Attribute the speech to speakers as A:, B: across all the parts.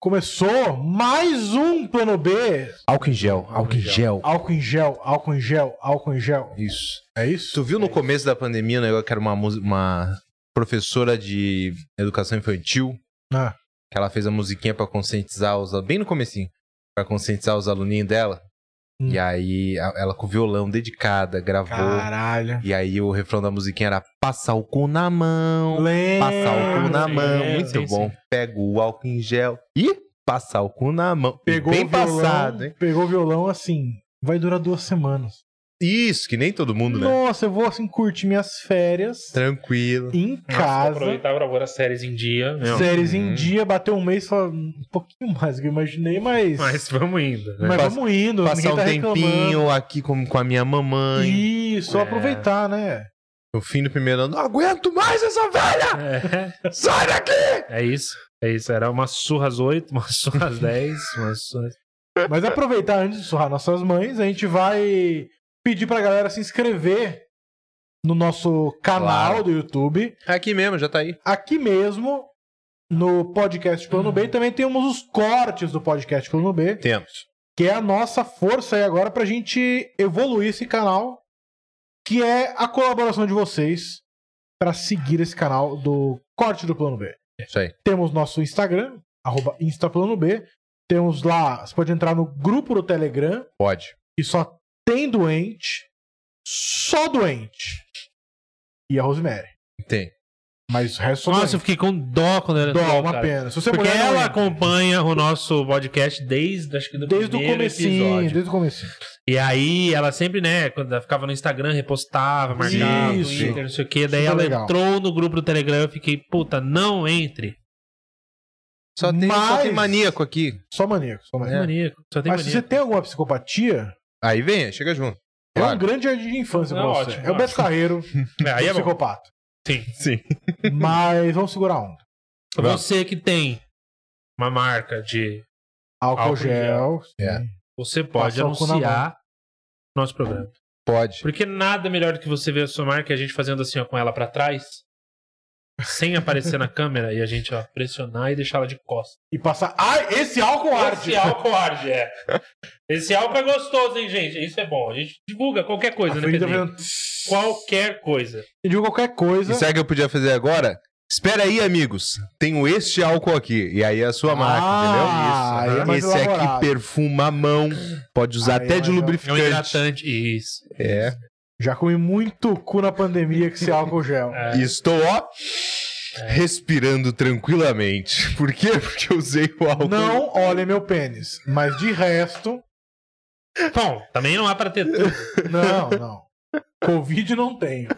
A: Começou mais um plano B.
B: Álcool em gel, álcool em gel.
A: Álcool em gel, álcool em gel, álcool em gel.
B: Isso.
A: É isso?
B: Tu viu no começo da pandemia o negócio que era uma, mus- uma professora de educação infantil
A: Ah,
B: que ela fez a musiquinha pra conscientizar os alunos, bem no comecinho, pra conscientizar os aluninhos dela.
A: Hum.
B: E aí a- ela com o violão dedicada gravou.
A: caralho.
B: E aí o refrão da musiquinha era passar o cu na mão,
A: Lembro.
B: passar o cu na
C: sim,
B: mão,
C: é,
B: muito
C: sim,
B: bom. Pega o álcool em gel e passar o cu na mão.
A: Pegou
B: bem
A: o violão,
B: passado, hein?
A: Pegou o violão assim. Vai durar duas semanas.
B: Isso, que nem todo mundo, né?
A: Nossa, eu vou assim curtir minhas férias
B: Tranquilo.
A: em
C: Nossa, tá Vou
A: casa.
C: aproveitar pra pôr as séries em dia. meu.
A: séries
B: Hum.
A: em dia, bateu um mês, só um pouquinho mais do que eu imaginei, mas.
C: Mas vamos indo. Né?
A: mas
B: Passa-
A: vamos indo,
B: Passar
A: ninguém
B: um
A: tá reclamando.
B: tempinho aqui com, com a minha mamãe.
A: Isso,
C: É.
A: aproveitar, né?
B: No fim do primeiro ano, não aguento mais essa velha! Sai daqui!
C: É, é isso. É isso. Era umas surras 8, umas surras 10, umas surras.
A: Mas aproveitar antes de surrar nossas mães, a gente vai pedir pra galera se inscrever no nosso canal
B: Claro.
A: do YouTube.
B: Aqui mesmo, já tá aí.
A: Aqui mesmo, no podcast Plano B, também temos os cortes do podcast Plano B,
B: Temos.
A: que é a nossa força aí agora pra gente evoluir esse canal, que é a colaboração de vocês pra seguir esse canal do corte do Plano B.
B: Isso aí.
A: Temos nosso Instagram, arroba InstaplanoB. Temos lá, você pode entrar no grupo do Telegram,
B: Pode.
A: que só tem doente, só doente. E a Rosemary.
B: Tem.
A: Mas o resto só
C: Nossa, eu
A: doente.
C: fiquei com dó quando era
A: Dó, uma
C: cara.
A: pena. Se você
C: Porque
A: puder, um
C: ela
A: não entra.
C: acompanha o nosso podcast desde, acho que do
A: desde o
C: primeiro
A: comecinho,
C: episódio.
A: desde o comecinho.
C: E aí ela sempre, né, quando ela ficava no Instagram, repostava, marcava,
A: Isso.
C: Twitter, não sei o quê. Daí
A: Super
C: ela
A: legal.
C: entrou no grupo do Telegram eu fiquei, puta, não entre.
B: Só tem, só
A: Mas-
B: tem maníaco aqui.
A: Só maníaco, só maníaco.
C: Maníaco, só tem
A: É. Mas se
C: maníaco.
A: você tem alguma psicopatia,
B: Aí vem, chega junto.
A: é um
B: Claro.
A: grande jardim de infância pra
C: Não,
A: você.
C: ótimo,
A: é o Beto
C: ótimo.
A: Carreiro, um
C: É, aí é bom.
A: psicopata.
C: Sim.
B: Sim.
A: Mas vamos segurar a onda.
C: Você que tem uma marca de.
A: Álcool,
C: Álcool
A: gel.
B: É.
A: sim.
C: Você pode
A: Passa o cu na
C: anunciar nosso programa.
B: Pode.
C: Porque nada melhor do que você ver a sua marca e a gente fazendo assim, ó, com ela pra trás. Sem aparecer na câmera e a gente, ó, pressionar e deixar ela de costas.
A: E passar. Ai, esse álcool arde!
C: Esse álcool arde, é. Esse álcool é gostoso, hein, gente? Isso é bom. A gente divulga qualquer coisa,
A: A um
C: né,
A: ferida
C: Pedrinho?
A: vendo-
C: Qualquer coisa.
A: de qualquer coisa.
B: E sabe o que eu podia fazer agora? Espera aí, amigos. Tenho este álcool aqui. E aí é a sua
A: Ah,
B: marca,
A: aí
B: entendeu?
A: é mais
B: Esse
A: elaborado.
B: aqui perfuma a mão. Pode usar
A: Aí é
B: até de
A: mais
C: É um
B: lubrificante.
C: hidratante. Isso.
B: É.
A: Já comi muito cu na pandemia que esse álcool gel.
C: É.
B: E estou, ó, respirando tranquilamente. Por quê? Porque eu usei o álcool.
A: Não olhe meu pênis. Mas de resto,
C: Bom, também não há pra ter tudo.
A: não, não. Covid não tenho.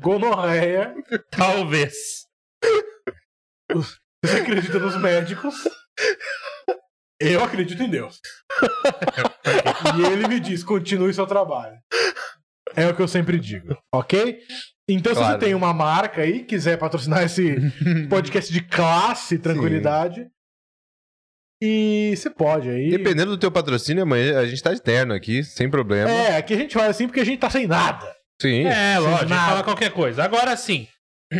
A: Gonorreia,
C: Talvez.
A: você acredita nos médicos? Eu acredito em Deus. E ele me diz: continue seu trabalho. É o que eu sempre digo, ok? Então, se você
B: Claro.
A: tem uma marca aí, quiser patrocinar esse podcast de classe e tranquilidade, e você pode aí.
B: Dependendo do teu patrocínio, amanhã a gente tá externo aqui, sem problema.
A: É, aqui a gente faz assim porque a gente tá sem nada.
B: Sim.
C: É, lógico, a gente
A: nada.
C: fala qualquer coisa. Agora sim,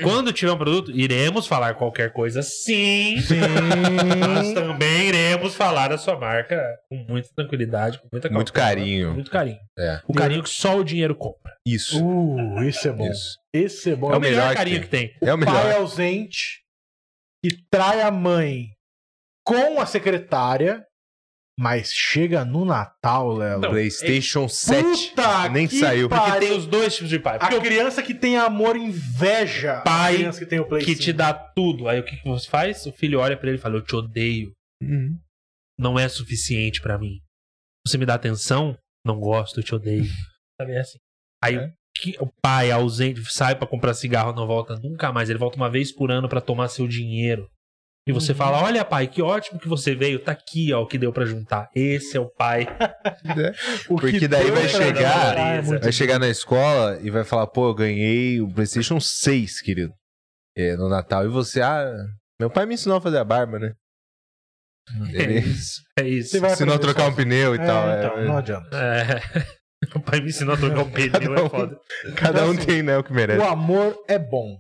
C: quando tiver um produto, iremos falar qualquer coisa sim. Mas
A: Sim.
C: também iremos falar da sua marca com muita tranquilidade, com muita
B: Muito
C: cautela,
B: carinho.
C: Muito carinho.
B: É.
C: O carinho que só o dinheiro compra.
B: Isso.
A: uh, esse é bom.
B: Isso.
A: Esse é bom.
B: É
C: É
B: o
C: o melhor,
B: melhor que
C: carinho que tem.
B: É o melhor.
A: pai ausente que trai a mãe com a secretária, mas chega no Natal, Léo.
C: Não,
B: PlayStation 7.
A: Puta
B: Nem
A: que
B: saiu.
A: pariu.
C: Porque tem os dois tipos de pai. Porque
A: A criança que tem amor inveja.
C: Pai
A: a criança que tem o
C: o
A: Play
C: que te dá tudo. Aí o que, que você faz? O filho olha pra ele e fala: Eu te odeio.
B: Uhum.
C: Não é suficiente pra mim. Você me dá atenção? Não gosto, eu te odeio. Sabe é assim. Aí o que- o pai ausente sai pra comprar cigarro, não volta nunca mais. Ele volta uma vez por ano pra tomar seu dinheiro. E você fala: Olha, pai, que ótimo que você veio. Tá aqui, ó, o que deu pra juntar. Esse é o pai.
A: O
B: Porque daí
A: deu
B: vai
A: pra
B: chegar-
A: dar é muito-
B: É. Vai chegar na escola e vai falar, pô, eu ganhei o PlayStation 6, querido. É, no Natal. E você, ah, meu pai me ensinou a fazer a barba, né?
C: É
B: Ele
C: isso. É isso.
A: Você vai
B: ensinou a
A: aprender
B: trocar um
A: sozinho.
B: pneu e
A: É,
B: tal. é.
A: então, não adianta.
C: É. O pai me ensinou a trocar um pneu, é foda.
B: Cada um
A: Então, assim,
B: tem, né, o que merece.
A: O amor é bom.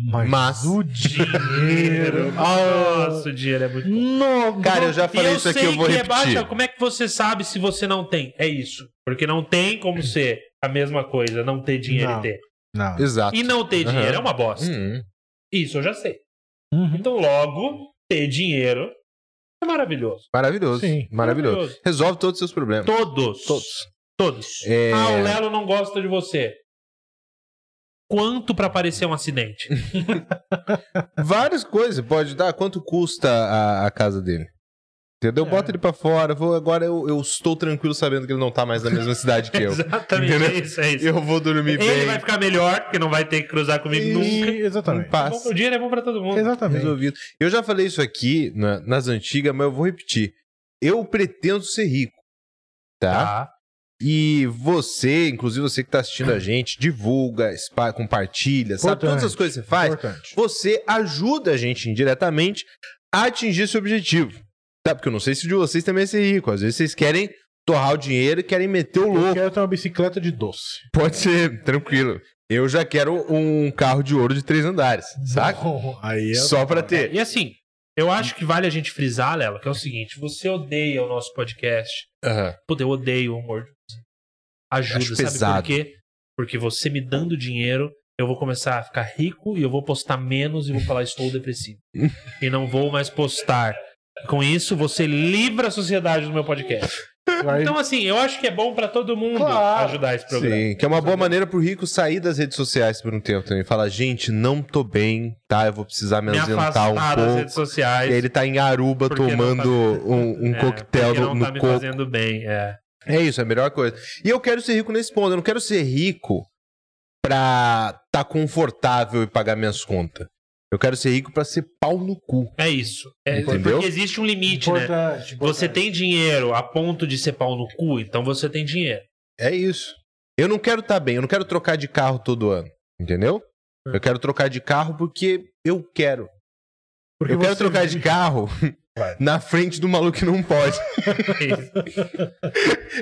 A: Mas,
B: Mas-
A: o dinheiro. Ah.
C: Nossa, o dinheiro é muito bom.
A: Não,
B: Cara, eu já
C: E
B: falei isso aqui, eu vou
C: que
B: repetir.
C: é baixa. Como é que você sabe se você não tem? É isso. Porque não tem
B: Hum.
C: como ser a mesma coisa, não ter dinheiro
A: Não.
C: e ter.
A: Não.
B: Exato.
C: E não ter
B: Aham.
C: dinheiro é uma bosta.
B: Hum. Uhum.
C: Isso eu já sei. Então, logo, ter dinheiro é maravilhoso.
B: Maravilhoso.
A: Sim.
B: Maravilhoso. Resolve todos os seus problemas.
C: Todos.
B: Todos.
C: Todos.
B: É.
C: Ah, o Lelo não gosta de você. Quanto pra aparecer um acidente?
B: Então, Várias coisas pode dar. Quanto custa a, a casa dele? Entendeu?
A: É.
B: Bota ele pra fora. Vou, agora eu, eu estou tranquilo sabendo que ele não tá mais na mesma cidade que eu.
C: Exatamente.
B: Entendeu?
C: É isso, é isso.
B: Eu vou dormir
C: Ele
B: bem. um
C: vai ficar melhor, porque não vai ter que cruzar comigo
A: E-
C: nunca.
A: Exatamente.
C: Bom,
B: Paz.
C: o dinheiro é bom pra todo mundo.
A: Exatamente.
B: Resolvido. Eu já falei isso aqui na- nas antigas, mas eu vou repetir. Eu pretendo ser rico. Tá?
C: Tá.
B: E você, inclusive você que tá assistindo a gente, divulga, espalha, compartilha, sabe?
A: Importante.
B: Todas as coisas que você faz.
A: Importante.
B: você ajuda a gente indiretamente a atingir esse objetivo. Tá? Porque eu não sei se de vocês também é ser rico. Às vezes vocês querem torrar o dinheiro e querem meter o
A: Eu
B: louco.
A: quero ter uma bicicleta de doce.
B: Pode ser, tranquilo. Eu já quero um carro de ouro de três andares, saca?
A: Bom, Aí é...
B: Só pra ter.
C: E assim, eu acho que vale a gente frisar, Lela, que é o seguinte: você odeia o nosso podcast.
B: Aham.
C: Puta, eu odeio o humor. de vocês. Ajuda,
B: Acho
C: sabe
B: pesado.
C: por quê? Porque você me dando dinheiro, eu vou começar a ficar rico e eu vou postar menos e vou falar estou depressivo. e não vou mais postar. Com isso, você livra a sociedade do meu podcast.
A: Aí-
C: Então, assim, eu acho que é bom pra todo mundo
A: Claro.
C: ajudar esse programa.
B: Sim, que é uma boa maneira pro rico sair das redes sociais por um tempo também. Falar, gente, não tô bem, tá? Eu vou precisar me,
C: Me
B: ausentar
C: afastar
B: um
C: das
B: pouco.
C: redes sociais.
B: E aí ele tá em Aruba
C: Porque não
B: tomando
C: tá-
B: um, um
C: É,
B: coquetel
C: porque
B: no,
C: não
B: no
C: tá me
B: coco.
C: fazendo bem, é.
B: É isso, é a melhor coisa. E eu quero ser rico nesse ponto. Eu não quero ser rico pra tá confortável e pagar minhas contas. Eu quero ser rico pra ser pau no cu.
C: É isso. É,
B: Entendeu?
C: Porque existe um limite, né?
A: Importante, importante.
C: Você tem dinheiro a ponto de ser pau no cu, então você tem dinheiro.
B: É isso. Eu não quero estar tá bem, eu não quero trocar de carro todo ano. Entendeu?
A: É.
B: Eu quero trocar de carro porque eu quero.
A: Porque
B: eu quero
A: você
B: trocar de
A: vive-
B: carro
A: Vai.
B: na frente do maluco que não pode.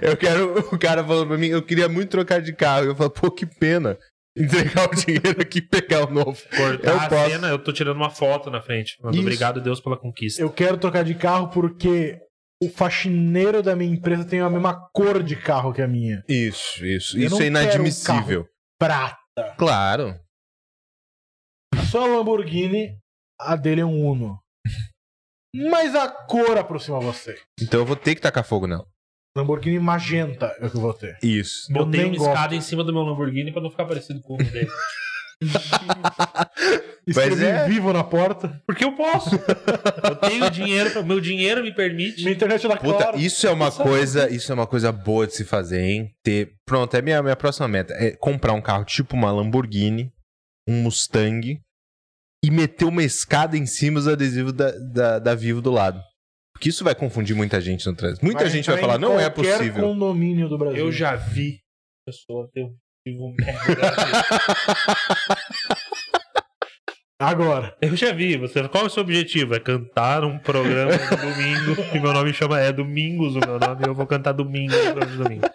B: Eu quero. O cara falou pra mim, eu queria muito trocar de carro. Eu falo, pô, que pena. Entregar o dinheiro aqui e pegar o novo.
C: Cortar
B: Eu
C: a
B: posso.
C: cena, eu tô tirando uma foto na frente. Mano,
B: Isso.
C: obrigado, Deus, pela conquista.
A: Eu quero trocar de carro porque o faxineiro da minha empresa tem a mesma cor de carro que a minha.
B: Isso, isso.
A: Eu não
B: isso é
A: quero um
B: inadmissível.
A: Prata.
B: Claro.
A: A sua Lamborghini, a dele é um Uno. Mas a cor aproxima você.
B: Então eu vou ter que tacar fogo nela.
A: Lamborghini magenta é o que eu vou ter.
B: Isso.
A: eu
C: Botei
A: nem
C: uma
A: gosto.
C: escada em cima do meu Lamborghini pra não ficar parecido com o dele.
A: Escrevi
B: é.
A: vivo na porta.
C: Porque eu posso. Eu tenho dinheiro, meu dinheiro me permite.
A: Minha internet é da
B: Puta,
A: Claro.
B: isso é uma
A: Isso é-
B: coisa, isso é uma coisa boa de se fazer, hein? Ter, pronto, é minha minha próxima meta é comprar um carro tipo uma Lamborghini, um Mustang e meter uma escada em cima dos adesivos da, da, da Vivo do lado. Porque isso vai confundir muita gente no trânsito. Muita gente vai
A: entrar tá
B: falar,
A: em
B: não é
A: qualquer
B: possível.
A: condomínio do Brasil.
C: Eu já vi pessoa ter um tive um merda.
A: Agora.
C: Eu já vi. Você, qual é o seu objetivo? É cantar um programa no domingo. e meu nome chama. É Domingos o meu nome. Eu vou cantar domingo no programa de domingo.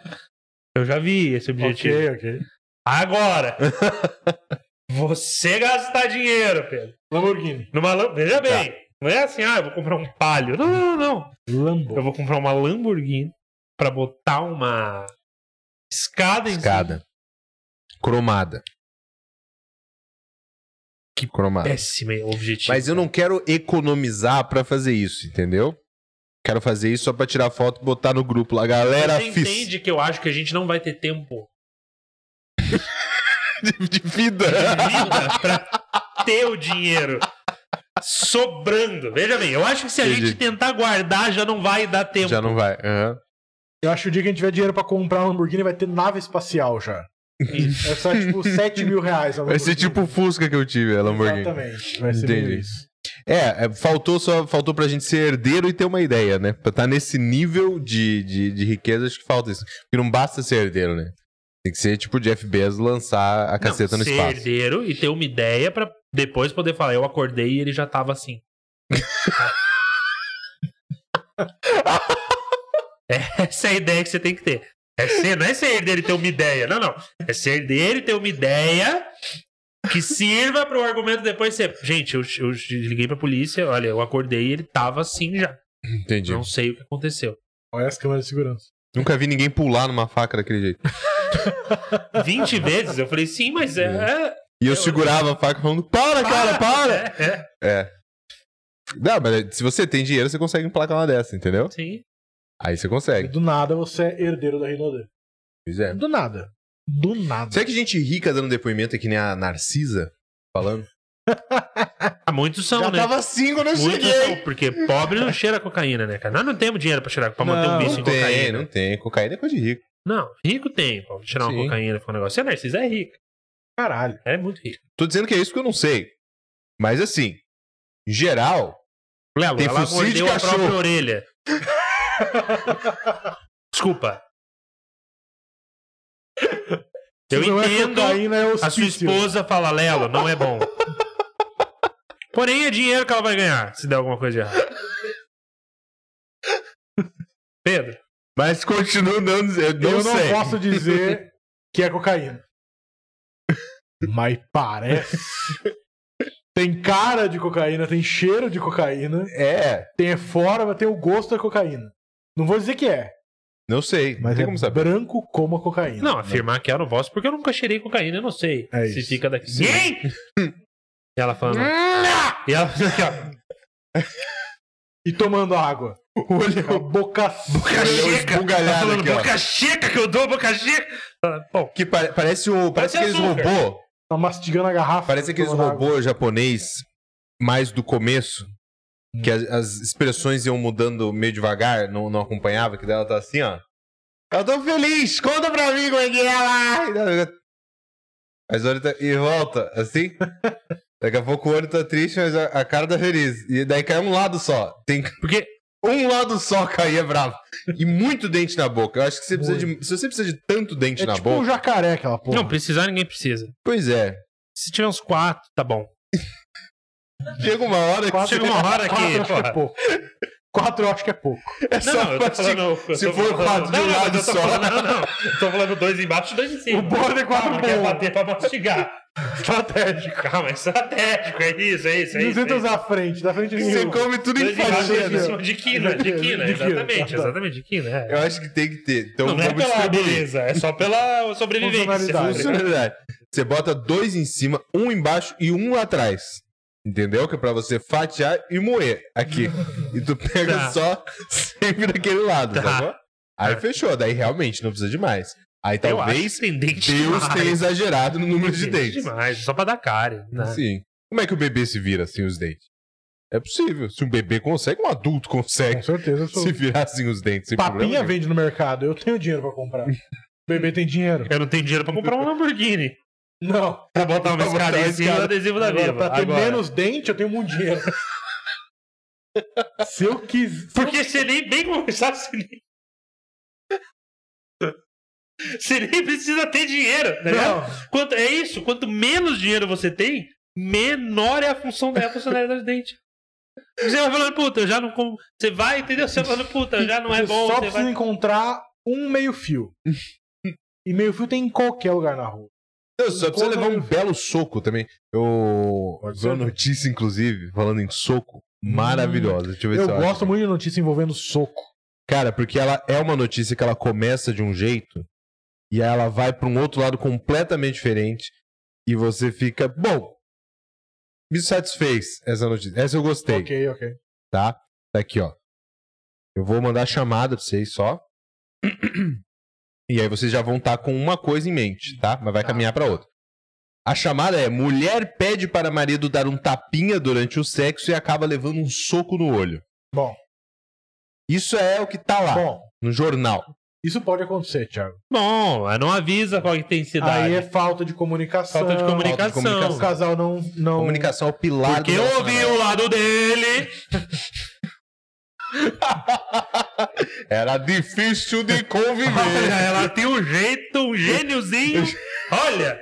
C: Eu já vi esse objetivo.
A: Ok, ok.
C: Agora! você gastar dinheiro, Pedro.
A: Lamborghini.
C: Numa lam-
B: Tá.
C: Veja bem. Não é assim, ah, eu vou comprar um palio. Não, não, não, não. Eu
A: Lambo.
C: vou comprar uma Lamborghini pra botar uma escada em
B: Escada. Cromada. Que cromada.
C: cima. Péssimo objetivo.
B: Mas eu não quero economizar pra fazer isso, entendeu? Quero fazer isso só pra tirar foto e botar no grupo lá. Galera,
C: Você
B: fiz
C: entende que eu acho que a gente não vai ter tempo
B: de vida.
C: vida pra ter o dinheiro sobrando. Veja bem, eu acho que se a
B: Entendi.
C: gente tentar guardar, já não vai dar tempo.
B: Já não vai. aham.
A: Eu acho que o dia que a gente tiver dinheiro pra comprar um Lamborghini vai ter nave espacial já.
C: Isso.
A: Vai ser tipo 7 mil reais. a
B: Vai ser
A: Lamborghini.
B: tipo o Fusca que eu tive, a Lamborghini.
A: Exatamente. Vai ser meio
B: Entendi.
A: isso.
B: É, é, faltou só faltou pra gente ser herdeiro e ter uma ideia, né? Pra estar nesse nível de, de, de riqueza, acho que falta isso. Porque não basta ser herdeiro, né? Tem que ser tipo o Jeff Bezos lançar a caceta
C: não,
B: no
C: ser
B: espaço.
C: herdeiro e ter uma ideia pra depois poder falar, eu acordei e ele já tava assim. Essa é a ideia que você tem que ter. É ser, não é ser herdeiro e ter uma ideia. Não, não. É ser herdeiro e ter uma ideia que sirva pro argumento depois ser. Gente, eu, eu liguei pra polícia, olha, eu acordei e ele tava assim já.
B: Entendi.
C: Não sei o que aconteceu.
A: Olha as câmeras de segurança.
B: Nunca vi ninguém pular numa faca daquele jeito.
C: 20 vezes eu falei, sim, mas é. é,
B: E eu
C: Eu-
B: segurava a faca falando, para, cara, para!
C: é, é,
B: É. Não, mas se você tem dinheiro, você consegue emplacar uma dessa, entendeu?
C: sim.
B: Aí você consegue.
A: Do nada você é herdeiro da Rinode.
B: Pois é.
A: Do nada. Do nada.
B: Será que gente rica dando depoimento é que nem a Narcisa falando?
C: Ah, muitos são,
B: Já
C: né?
B: tava assim quando eu
C: Muitos
B: cheguei.
C: são, porque pobre não cheira cocaína, né, cara? Nós não temos dinheiro pra, cheirar, pra manter um
A: Não,
C: vício
B: Não
C: em
B: tem,
C: cocaína.
B: não tem. Cocaína é coisa de rico.
C: Não, rico tem. Pô, tirar uma
B: Sim.
C: cocaína foi um negócio. E a Narcisa é rica.
A: Caralho.
C: Ela é muito rica.
B: Tô dizendo que é isso porque eu não sei. Mas assim, em geral,
C: Lelo,
B: Tem
C: ela
B: focinho de
C: mordeu a própria
B: cachorro.
C: orelha. Desculpa. Eu
A: Se não
C: entendo
A: É cocaína, é
C: a sua
A: hospício.
C: esposa fala, Lelo, não é bom. Porém, é dinheiro que ela vai ganhar se der alguma coisa de errado. Pedro,
B: mas continuo não dizendo.
A: Eu
B: Não
A: não
B: sei.
A: posso dizer que é cocaína. Mas parece. Tem cara de cocaína, tem cheiro de cocaína,
B: É,
A: tem forma, tem o gosto da cocaína. Não vou dizer que é,
B: não sei. Não
A: mas
B: tem
A: é
B: como saber.
A: branco como a cocaína.
C: não, afirmar que eu não posso porque eu nunca cheirei cocaína, eu não sei
A: É
C: se
A: isso.
C: fica daqui.
A: Sim.
C: Quem? E ela falando. e ela falando aqui, ó.
A: E tomando água.
C: é
A: Com a boca, assim,
C: boca
B: Olhou
C: checa.
B: esbugalhado
C: Tá falando
B: aqui, ó.
C: boca checa que eu dou, boca checa. Fala, Bom,
B: Que pare- parece o. Parece aqueles
C: Parece açúcar.
B: robô.
A: tá mastigando a garrafa.
B: Parece aqueles
A: tomando água.
B: robôs japonês mais do começo.
C: Hum.
B: Que as, as expressões iam mudando meio devagar, não, não acompanhava, que dela tá assim, ó. Eu tô feliz, conta pra mim como é que é lá. E ela- Mas olha, tá, e volta, assim. Daqui a pouco o olho tá triste, mas a, a cara tá feliz. E daí cai um lado só. Tem
C: porque
B: um lado só cair, é bravo. E muito dente na boca. Eu acho que você precisa de, se você precisa de tanto dente
A: É
B: na
A: tipo um
B: boca.
A: jacaré aquela porra.
C: não precisar, ninguém precisa.
B: Pois é.
C: Se tiver uns quatro, tá bom.
B: Chega uma hora que
A: Quatro-
C: Chega uma
A: quatro
C: hora
A: eu
C: que.
A: acho que é
C: porra.
A: pouco. Quatro eu acho que é pouco.
B: é
C: Não,
B: só
C: não, eu tô
B: mastigar.
C: falando. eu
B: se
C: tô
B: for
C: falando-
B: quatro de
C: Não,
B: um
C: não, mas
B: lado
C: eu tô
B: só.
C: falando- Não, não. Tô falando dois embaixo e dois em cima.
A: O bordo é quatro
C: Calma,
A: bom.
C: quer bater pra mastigar. Estratégico. Calma, é estratégico. É isso, é isso, é isso. é
A: 200
C: isso.
A: à frente, da frente de
C: é
B: Você
A: mil.
B: come tudo em
C: Dois embaixo, dois em
B: fatia.
A: né?
C: cima. De quina, de
A: De
C: quina.
A: quina,
C: Exatamente,
A: tá, tá.
C: exatamente, de quina. é.
B: Eu acho que tem que ter. Então
C: Não, não é
B: vamos
C: pela
B: distribuir.
C: beleza, é só pela sobrevivência.
A: Funcionalidade.
B: Funcionalidade. Você bota dois em cima, um embaixo e um lá atrás. Entendeu? Que é pra você fatiar e moer aqui. E tu pega
C: Tá.
B: só sempre daquele lado,
C: Tá.
B: tá. bom? Aí fechou, daí realmente não precisa de mais. Aí
C: Eu acho
B: talvez
C: que tem dente
B: Deus
C: demais.
B: tenha exagerado no número de
C: Gente,
B: dentes.
C: Demais, só pra dar cara. né?
B: Sim. Como é que o bebê se vira sem os dentes? É possível. Se um bebê consegue, um adulto
A: Com
C: É
B: consegue
A: certeza eu sou. um
B: se virar sem os dentes. Sem
A: Papinha
B: problema nenhum.
A: vende no mercado, eu tenho dinheiro pra comprar. O bebê tem dinheiro.
C: Eu não tenho dinheiro pra comprar um Lamborghini.
A: Não.
C: Pra botar uma
B: Pra botar
C: escada
B: uma
C: em cima do
B: escada.
C: adesivo da
A: Agora,
C: Viva.
A: pra ter
C: Agora.
A: menos dente, eu tenho muito dinheiro. Se eu quiser.
C: Porque você nem bem conversar, você nem... Você nem precisa ter dinheiro, tá ligado?
A: Não.
C: Quanto, é isso, quanto menos dinheiro você tem, menor é a função da a funcionalidade do dente. Você vai falando, puta, eu já não como. Você vai, entendeu? Você vai falando, puta, já não é
A: Você
C: bom.
A: só
C: Você
A: precisa
C: vai...
A: encontrar um meio-fio. E meio-fio tem em qualquer lugar na rua.
B: Não, só precisa levar um belo soco também. Eu
A: Pode
B: vi uma
A: ser.
B: notícia, inclusive, falando em soco, maravilhosa. Deixa eu ver
A: Eu
B: se eu
A: gosto
B: acho.
A: muito de notícia envolvendo soco.
B: Cara, porque ela é uma notícia que ela começa de um jeito e aí ela vai pra um outro lado completamente diferente e você fica, bom, me satisfez essa notícia. Essa eu gostei,
A: Ok, ok.
B: tá? Tá aqui, ó. Eu vou mandar a chamada pra vocês só. E aí vocês já vão estar com uma coisa em mente, tá? Mas vai caminhar pra outra. A chamada é: mulher pede para marido dar um tapinha durante o sexo e acaba levando um soco no olho.
A: Bom.
B: Isso é o que tá lá
A: Bom,
B: no jornal.
A: isso pode acontecer, Thiago.
C: Bom, não avisa qual que tem cidade.
A: Aí é falta de comunicação.
C: Falta de comunicação.
A: O casal não. não...
B: Comunicação é o pilar
C: Porque eu
B: do
C: ouvi o lado dele.
B: Era difícil de
C: Olha,
B: conviver.
C: ela tem um jeito, um gêniozinho. Olha.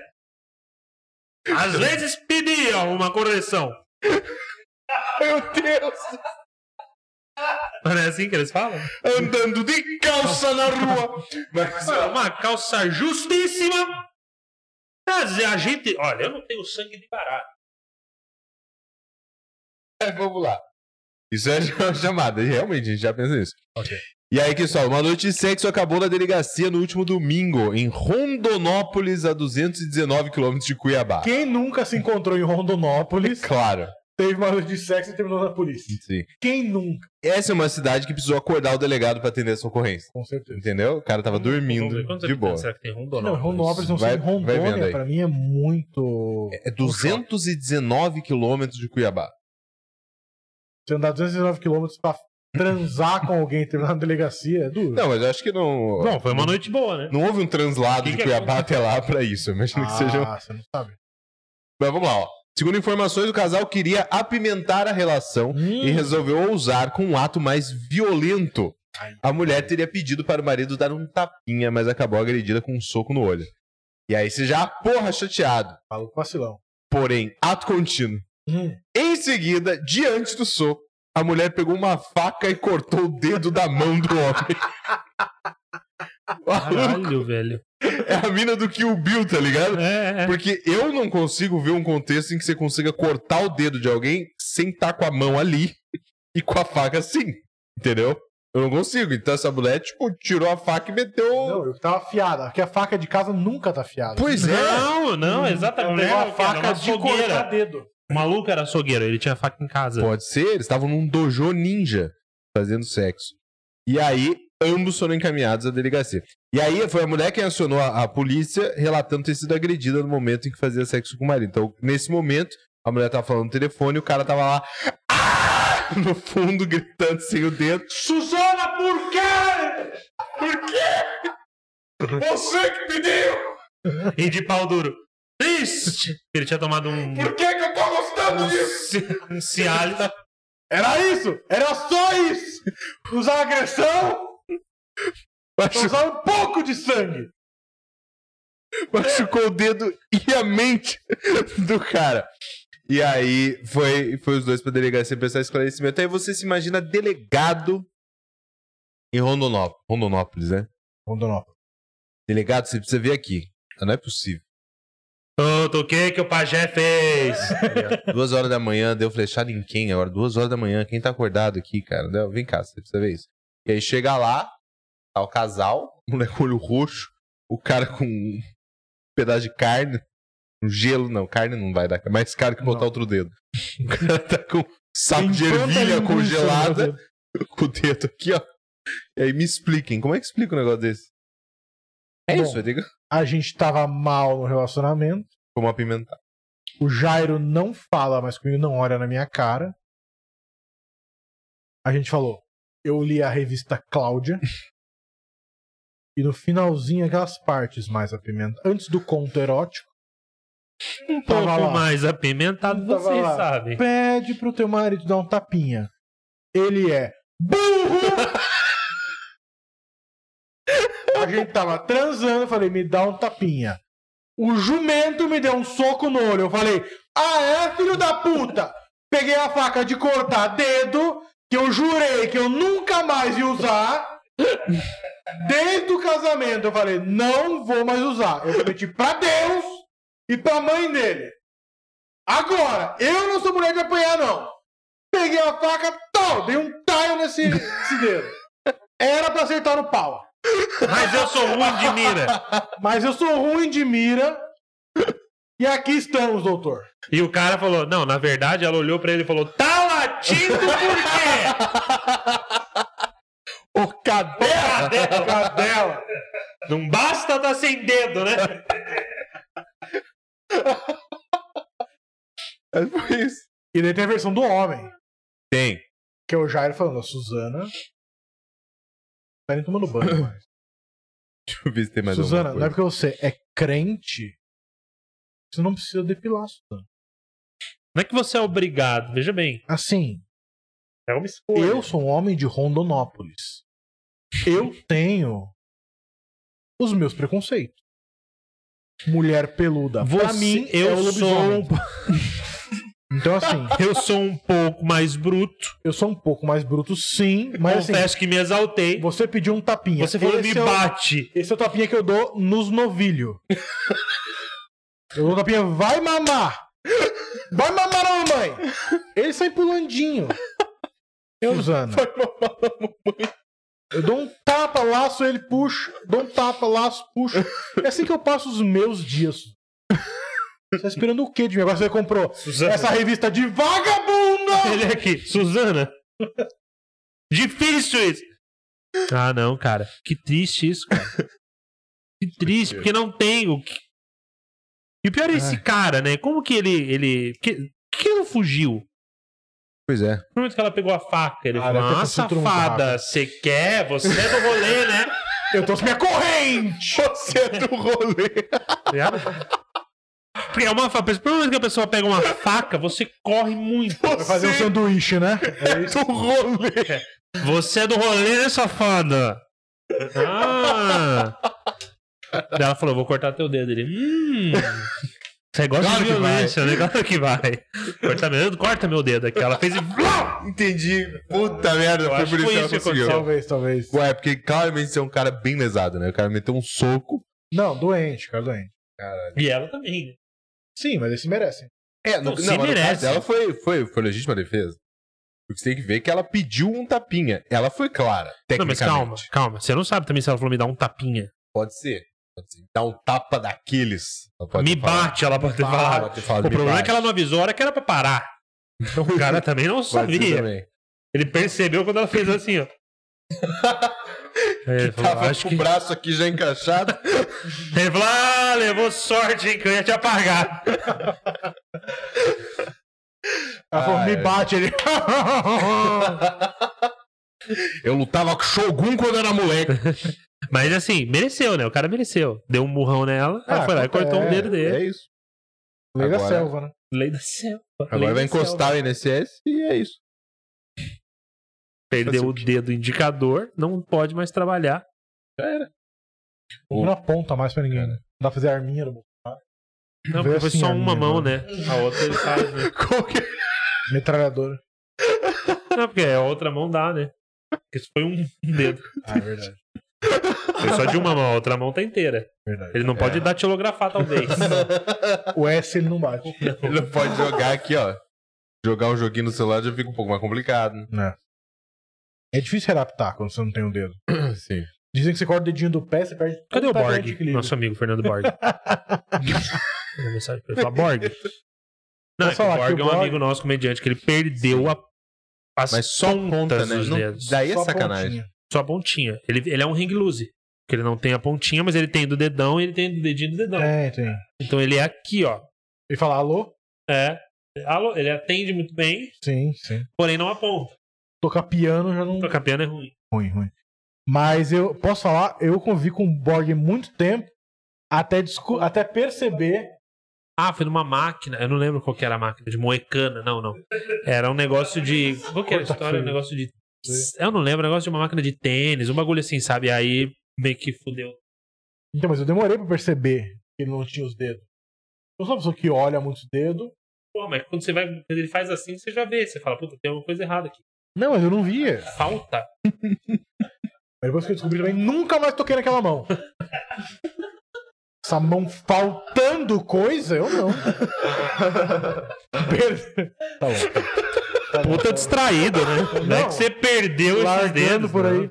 C: Às vezes pedia uma correção.
B: Meu Deus!
C: Não é assim que eles falam?
B: Andando de calça na rua. Mas,
C: Uma calça justíssima. Mas a gente. Olha, eu não tenho sangue de barato.
B: É, vamos lá. Isso é uma chamada, realmente, a gente já pensa nisso.
C: Ok.
B: E aí, pessoal, uma noite de sexo acabou na delegacia no último domingo, em Rondonópolis, a 219 quilômetros de Cuiabá.
A: Quem nunca se encontrou em Rondonópolis,
B: Claro.
A: teve uma noite de sexo e terminou na polícia.
B: Sim.
A: Quem nunca?
B: Essa é uma cidade que precisou acordar o delegado pra atender essa ocorrência.
A: Com certeza.
B: Entendeu? O cara tava
C: Hum, Vamos ver
B: dormindo
C: quantos
B: de
C: habitantes
B: boa.
C: Será que tem
A: Não,
C: Rondonópolis?
A: Rondonópolis não
B: vai-
A: sei.
B: vai vendo
A: Rondônia,
B: aí.
A: pra mim, é muito.
B: É 219 quilômetros de Cuiabá.
A: Você andar 209 km pra transar com alguém e terminar na delegacia é duro.
B: Não, mas eu acho que não.
C: Bom, foi uma noite boa, né?
B: Não houve um translado
C: Que
B: de
C: que
B: Cuiabá até lá pra isso. Eu Imagino que seja. um-
A: Ah, você não sabe.
B: Mas vamos lá, ó. Segundo informações, o casal queria apimentar a relação e resolveu ousar com um ato mais violento.
A: Ai.
B: A mulher teria pedido para o marido dar um tapinha, mas acabou agredida com um soco no olho. E aí você já, porra, chateado.
A: Falo com vacilão.
B: Porém, ato contínuo.
A: Hum.
B: Em seguida, diante do soco, a mulher pegou uma faca e cortou o dedo da mão do homem. O maluco
C: Caralho, velho.
B: É a mina do Kill Bill, tá ligado?
C: É, é.
B: Porque eu não consigo ver um contexto em que você consiga cortar o dedo de alguém sem estar com a mão ali e com a faca assim. Entendeu? Eu não consigo. Então essa mulher, tipo, tirou a faca e meteu.
A: Não, eu tava afiada. Porque a faca de casa nunca tá afiada.
B: Pois é.
C: Não, não, exatamente.
A: Eu levo a faca
C: Era o quê? Era Hum. É uma
A: de
C: açougueira.
A: cortar dedo.
C: O maluco era açougueiro, ele tinha faca em casa.
B: Pode ser, eles estavam num dojo ninja fazendo sexo. E aí, ambos foram encaminhados à delegacia. E aí, foi a mulher que acionou a, a polícia, relatando ter sido agredida no momento em que fazia sexo com o marido. Então, nesse momento, a mulher tava falando no telefone, o cara tava lá "Ah!" no fundo, gritando sem o dedo.
A: Suzana, por quê?
B: Você que pediu!
C: E de pau duro. Triste! Ele tinha tomado um.
B: que, que eu tô gostando
C: Um Cialis.
A: Era isso! Era só isso! Usar agressão, usar um pouco de sangue!
B: machucou o dedo e a mente do cara. E aí foi, foi os dois pra delegacia prestar esclarecimento. Aí você se imagina delegado em Rondonópolis, Rondonópolis né?
A: Rondonópolis.
B: Delegado, você precisa ver aqui. Ah, Não é possível.
C: Tudo o que que o pajé fez?
B: Duas horas da manhã, deu flechada em quem agora? Duas horas da manhã, quem tá acordado aqui, cara? Não, vem cá, você precisa ver isso. E aí chega lá, tá o casal, o moleque com olho roxo, o cara com um pedaço de carne, um gelo, não, carne não vai dar, é mais caro que botar
A: Não.
B: outro dedo. O cara tá com um saco de ervilha congelada, com o dedo aqui, ó. E aí me expliquem, como é que explica um negócio desse? É
A: Bom.
B: isso, vai ter que
A: A gente tava mal no relacionamento.
B: como apimentar.
A: O Jairo não fala mais comigo, não olha na minha cara. A gente falou. Eu li a revista Cláudia. e no finalzinho, aquelas partes mais apimentadas. Antes do conto erótico.
C: Um
A: Tava
C: pouco
A: lá.
C: mais apimentado,
A: Tava
C: vocês
A: lá.
C: sabem.
A: pede pro teu marido dar um tapinha. Ele é burro! A gente tava transando, eu falei, me dá um tapinha. O jumento me deu um soco no olho. Eu falei, ah é, filho da puta! Peguei a faca de cortar dedo, que eu jurei que eu nunca mais ia usar. Desde o casamento, eu falei, não vou mais usar. Eu prometi pra Deus e pra mãe dele. Agora, eu não sou mulher de apanhar, não. Peguei a faca, tal, dei um taio nesse, nesse dedo. Era pra acertar no pau.
C: Mas eu sou ruim de mira.
A: Mas eu sou ruim de mira. E aqui estamos, doutor.
C: E o cara falou: Não, na verdade, ela olhou pra ele e falou: Tá latindo por quê?
B: O cadê?
A: Cadela.
C: Não basta tá sem dedo, né?
A: É,
B: Foi isso.
A: E daí tem a versão do homem,
B: Tem.
A: que é o Jairo falando, a Suzana. Tá nem tomando banho. mais.
B: Deixa eu ver se tem mais
A: Suzana, não
B: alguma
A: é
B: coisa.
A: porque você é crente. Você não precisa depilar, Suzana.
C: Não é que você é obrigado, veja bem.
A: Assim,
C: É uma escolha.
A: Eu sou um homem de Rondonópolis. Eu tenho os meus preconceitos. Mulher peluda. pra
C: Você-
A: mim,
C: eu
A: é o lobisomem.
C: sou
A: Então, assim,
C: Eu sou um pouco mais bruto.
A: eu sou um pouco mais bruto, sim, mas assim,
C: confesso que me exaltei.
A: você pediu um tapinha.
C: Você falou:
A: esse
C: Me
A: é o-
C: bate.
A: Esse é o tapinha que eu dou nos novilhos. O Topinha vai mamar! Vai mamar na mamãe! Ele sai pulandinho. Eu, Zana.
B: Vai mamar
A: Eu dou um tapa, laço, ele puxa. Dou um tapa, laço, puxa. É assim que eu passo os meus dias. Você tá esperando o quê de mim? Agora você comprou
C: Suzana.
A: essa revista de vagabunda!
C: Ele aqui. Suzana. Difícil isso. Ah, não, cara. Que triste isso, cara. Que triste, porque não tem o que... E o pior é esse cara, né? Como que ele... ele... Que... que ele não fugiu?
B: Pois é.
C: No momento que ela pegou a faca, ele
A: Cara,
C: falou,
A: até
C: ah,
A: passou tudo muito
C: safada, você quer? Você é do rolê, né?
A: Eu trouxe minha corrente!
B: Você é do rolê.
C: Tá ligado? Porque é uma faca. Pelo momento que a pessoa pega uma faca, você corre muito.
A: Vai fazer um sanduíche, né? É isso.
B: Do rolê. um
C: Você é do rolê, né, safada? Ah! Daí ela falou, vou cortar teu dedo. Ele, hum... Você gosta
B: Claro
C: de
B: que
C: violência, né? Claro que vai. Corta meu dedo, corta meu dedo aqui. Ela fez e...
B: Entendi. Puta merda,
C: Eu
B: foi
C: acho
B: por isso que
C: que foi
B: ela
C: isso que
B: conseguiu.
A: Talvez, talvez.
B: Ué, porque claramente você é um cara bem lesado, né? O cara meteu um soco.
A: Não, doente, cara, doente.
C: E ela também, né?
A: Sim, mas eles se merecem.
B: É, no,
C: Não, se
B: não, mas no
C: merece.
B: caso dela foi, foi, foi legítima defesa. Porque você tem que ver que ela pediu um tapinha. Ela foi clara,
C: Não, mas
B: tecnicamente.
C: calma, calma. Você não sabe também se ela falou me dá um tapinha.
B: Pode ser. Pode ser. Dá um tapa daqueles. Ela pode
C: me
B: ter falado.
C: bate, ela pode ter
B: Fala,
C: falado.
B: pode ter falado,
C: O
B: me
C: problema é
B: bate.
C: que ela não avisou a hora que era pra parar. Então o cara também não
B: Pode ser
C: sabia.
B: também.
C: Ele percebeu quando ela fez assim, ó. Aí ele falou,
B: Tava
C: acho
B: com
C: que...
B: o braço aqui já encaixado.
C: Ele falou, ah, levou sorte, hein, que eu ia te apagar.
A: Ela falou,
B: Ah,
A: me
B: é.
A: bate, ele.
B: Eu lutava com Shogun quando era moleque.
C: Mas assim, mereceu, né? O cara mereceu. Deu um murrão nela, ela
A: Ah,
C: foi lá e
A: acontece.
C: cortou um dedo dele.
B: É isso.
A: Lei da
B: Agora-
A: selva, né?
C: Lei da selva.
B: Agora vai encostar o INSS e é isso.
C: Perdeu
B: Fazer
C: o dedo indicador, não pode mais trabalhar.
B: O-
A: Não aponta mais pra ninguém, né? Não dá pra fazer arminha no Bolsonaro.
C: Não,
A: Vê
C: porque foi
A: assim
C: só
A: a minha,
C: uma mão, né? A outra ele faz, né?
A: Metralhadora.
C: Não, porque a outra mão dá, né? Porque isso foi um dedo.
A: Ah, é verdade.
C: Foi só de uma mão, a outra mão tá inteira.
A: verdade.
C: Ele não pode datilografar, talvez.
A: O S ele não bate.
B: Ele não pode jogar aqui, ó. Jogar um joguinho no celular já fica um pouco mais complicado. né?
A: É difícil readaptar quando você não tem um dedo.
B: Sim.
A: Dizem que você corta o dedinho do pé, você perde.
C: Cadê o
A: totalmente
C: Borg?
A: equilíbrio.
C: Nosso amigo Fernando Borg. Uma mensagem pra ele falar, Borg. Não,
A: Posso
C: é que o
A: falar que
C: Borg
A: o
C: é um
A: Borg-
C: amigo nosso, comediante, que ele perdeu a. As
B: Mas só ponta,
C: pontas
B: né?
C: dos
B: Não-
C: dedos.
B: daí é
A: Só a
B: sacanagem.
A: pontinha.
C: Só a pontinha. Ele, ele é um ring loose. Porque ele não tem a pontinha, mas ele tem do dedão e ele tem do dedinho do dedão.
A: É, tem.
C: Então ele é aqui, ó.
A: E fala alô?
C: É. Alô, ele atende muito bem,
A: Sim, sim.
C: porém não aponta.
A: Tocar piano já não.
C: Tocar piano é ruim.
A: Ruim, ruim. Mas eu posso falar, eu convivi com o Borg muito tempo até, descu- até perceber.
C: Ah, foi numa máquina. Eu não lembro qual que era a máquina. De moecana, não, não. Era um negócio de. Qual que era a
A: Corta
C: história? Um
A: feio.
C: negócio de. Eu não lembro, um negócio de uma máquina de tênis, um bagulho assim, sabe? Aí meio que fudeu.
A: Então, mas eu demorei pra perceber que ele não tinha os dedos. Eu sou uma pessoa que olha muito os dedos.
C: Pô, mas quando você vai. Quando ele faz assim, você já vê. Você fala, puta, tem alguma coisa errada aqui.
A: Não, mas eu não via.
C: Falta.
A: Mas depois que eu descobri também, nunca mais toquei naquela mão. Essa mão faltando coisa, eu não. Per- tá bom.
C: Puta distraído, né? Não é que você perdeu esses
A: Largando
C: dedos. né?
A: por
C: não.
A: aí.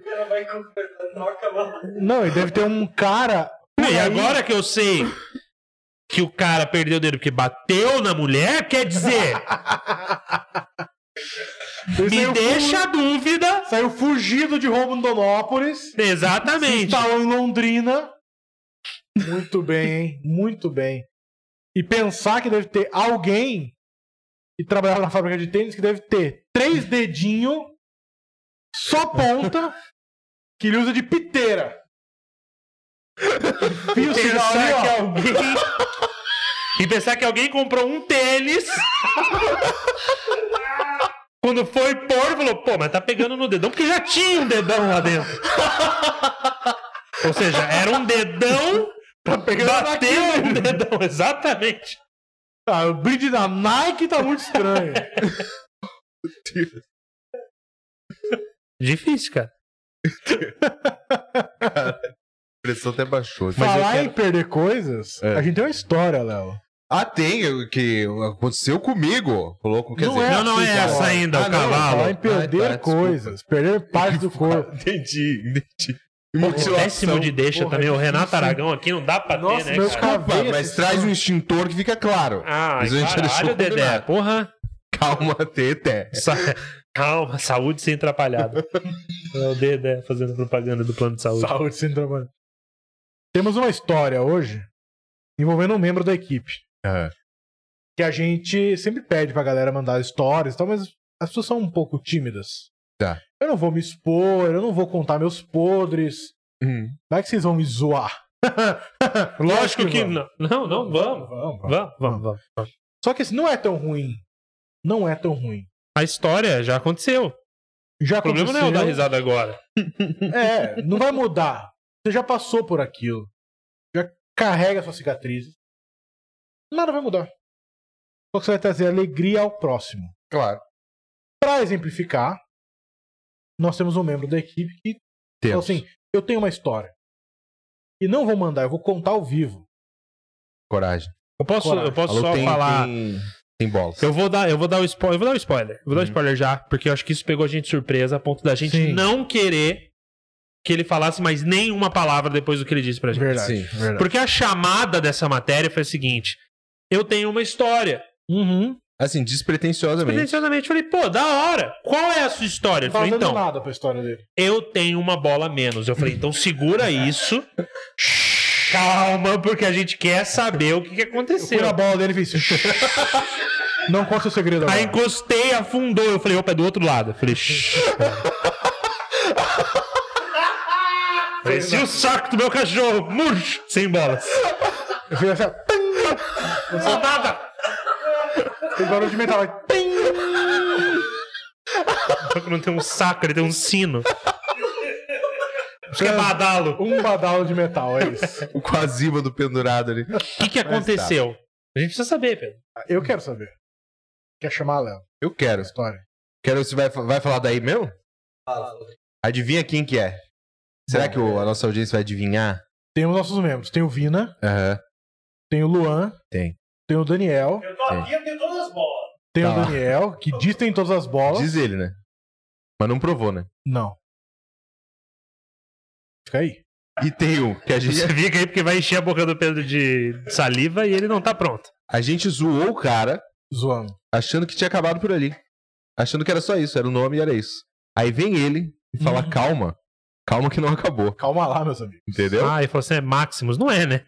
A: Não, e deve ter um cara.
C: Não, e
A: por aí-
C: agora que eu sei que o cara perdeu o dedo porque bateu na mulher, quer dizer,
A: ele
C: me
A: saiu
C: deixa a dúvida.
A: fu- Saiu fugido de Rondonópolis.
C: Exatamente.
A: Instalou tá em Londrina. Muito bem, hein? Muito bem. E pensar que deve ter alguém que trabalhava na fábrica de tênis que deve ter três dedinhos, só ponta, que ele usa de piteira. Enfia o sinal ali,
C: Pensar né, que é
A: ó.
C: alguém. E pensar que alguém comprou um tênis. Quando foi pôr, falou, pô, mas tá pegando no dedão, porque já tinha um dedão lá dentro. Ou seja, era um dedão,
A: Tá pegando
C: bateu
A: naquilo.
C: um dedão, exatamente.
A: Ah, o brinde da Nike tá muito estranho.
C: Difícil, cara.
B: A pressão até baixou.
A: Falar em perder coisas,
B: É.
A: a gente tem uma história, Léo.
B: Ah, tem, eu- que aconteceu comigo. O louco quer
A: Não
B: dizer.
A: é
C: não, não é
A: assim,
C: essa
A: cara.
C: ainda,
B: Ah,
C: o
B: não,
C: cavalo.
A: Falar em perder
B: Ah, tá, desculpa.
A: coisas, perder parte do corpo.
B: Entendi, entendi.
C: O décimo de deixa
A: Porra,
C: também, o
A: difícil,
C: Renato
A: hein?
C: Aragão aqui não dá pra
A: Nossa,
C: ter, né,
A: meu
C: cara?
A: cavalo.
B: Desculpa, mas traz um extintor que fica claro.
C: Ah,
B: Mas a gente
C: caralho,
B: deixou
C: Dedé,
B: combinado.
C: porra.
B: Calma, Tete.
C: Sa- Calma, saúde sem atrapalhada. É o Dedé fazendo propaganda do plano de saúde.
A: Saúde sem trabalho. Temos uma história hoje envolvendo um membro da equipe. Que a gente sempre pede pra galera mandar histórias e tal, mas as pessoas são um pouco tímidas.
B: Tá.
A: Eu não vou me expor, eu não vou contar meus podres.
B: Uhum,
A: Vai que vocês vão me zoar.
C: Lógico
A: Acho
C: que
A: vão.
C: não. Não, não, vamos.
A: Vamos, vamos.
C: Vamos, vamos, vamos.
A: Só que assim, não é tão ruim. Não é tão ruim.
C: A história já aconteceu.
A: Já
C: O problema não é eu dar
A: aconteceu.
C: risada agora.
A: É, não vai mudar. Você já passou por aquilo. Já carrega suas cicatrizes. Nada vai mudar. Só que você vai trazer alegria ao próximo.
B: Claro.
A: Pra exemplificar, nós temos um membro da equipe que falou
B: Temos.
A: assim: eu tenho uma história. E não vou mandar, eu vou contar ao vivo.
B: Coragem.
C: Eu posso,
A: Coragem.
C: eu posso
B: Alô,
C: só
B: tem,
C: falar.
B: Tem, tem bolas.
A: Então,
C: Eu vou dar, eu vou dar o spoiler, eu vou dar o spoiler. Vou dar o
B: Uhum.
C: spoiler já, porque eu acho que isso pegou a gente de surpresa a ponto da gente
A: Sim.
C: não querer que ele falasse mais nenhuma palavra depois do que ele disse pra gente.
A: Verdade.
B: Sim,
A: verdade.
C: Porque a chamada dessa matéria foi a seguinte: eu tenho uma história.
A: Uhum.
B: Assim, despretensiosamente.
C: Pretenciosamente falei, pô, da hora. Qual é a sua
A: Não
C: história? Ele
A: tá
C: falou,
A: dando
C: então,
A: nada pra história dele.
C: eu tenho uma bola a menos. Eu falei, então segura isso. Calma, porque a gente quer saber o que, que
A: Eu fui
C: aconteceu.
A: na bola dele e fiz. não conta o segredo agora.
C: Aí encostei, afundou. Eu falei, opa, é do outro lado. Eu falei, shh. Parecia é o saco do meu cachorro, murcho, sem bolas.
A: Eu fiz assim,
C: Não sou nada.
A: tem barulho de metal. vai, tim.
C: Só que não tem um saco, ele tem um sino. Acho que é badalo.
A: Um badalo de metal, é isso.
B: O quasima do pendurado ali.
C: O que, que
A: tá.
C: aconteceu? A gente precisa saber, Pedro.
A: Eu quero saber. Quer chamar, Léo?
B: Eu quero.
A: A história.
B: Quero, você vai, vai falar daí mesmo? Adivinha quem que é? Será
A: Bom.
B: que o- a nossa audiência vai adivinhar?
A: Temos nossos membros. Tem o Vina,
B: Aham.
A: tem o Luan.
B: Tem.
A: Tem o Daniel.
D: Eu tô aqui, eu tenho todas as bolas.
A: Tem
B: Tá
A: o
B: lá.
A: Daniel, que diz que tem todas as bolas.
B: Diz ele, né? Mas não provou, né?
A: Não. Fica aí.
B: E tem um que a gente
C: Você fica aí porque vai encher a boca do Pedro de saliva e ele não tá pronto.
B: A gente zoou o cara
A: Zoando.
B: achando que tinha acabado por ali. Achando que era só isso, era o nome e era isso. Aí vem ele e fala: calma, calma que não acabou.
A: Calma lá, meus amigos.
B: Entendeu?
C: Ah, ele falou assim: é Maximus. Não é, né?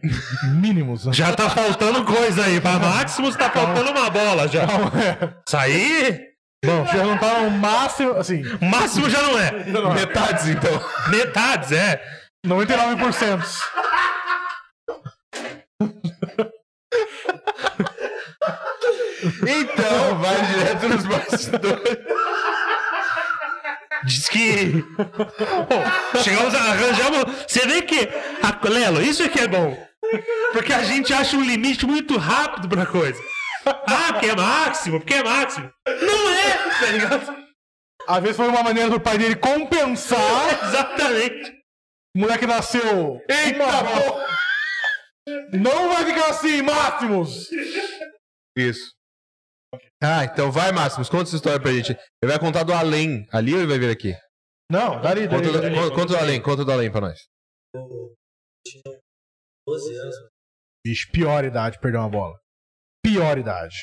A: Mínimos. né?
C: Já tá faltando coisa aí. Pra Maximus tá faltando uma bola já.
A: Calma, é.
C: Isso aí,
A: Bom, já não tá no máximo. Assim,
C: Máximo já não é.
B: Metades, então.
C: Metades, é.
A: 99%.
B: Então, vai direto nos bastidores.
C: Diz que. Bom, chegamos a arranjamos. Você vê que. a- Lelo, isso é que é bom. Porque a gente acha um limite muito rápido pra coisa. Ah, porque é máximo, porque é máximo. Não é, tá ligado?
A: Às vezes foi uma maneira do pai dele compensar.
C: Ah, Exatamente.
A: O moleque nasceu.
B: Eita,
A: uma bola.
B: porra!
A: Não vai ficar assim, Máximos!
B: Isso. Ah, então vai, Máximos, conta essa história pra gente. Ele vai contar do além. Ali ou ele vai vir aqui?
A: Não, dali, dali.
B: Conta do,
A: dali.
B: conta do além, conta do além pra nós.
D: 12 anos.
A: Bicho, pior idade perder uma bola. Pior idade.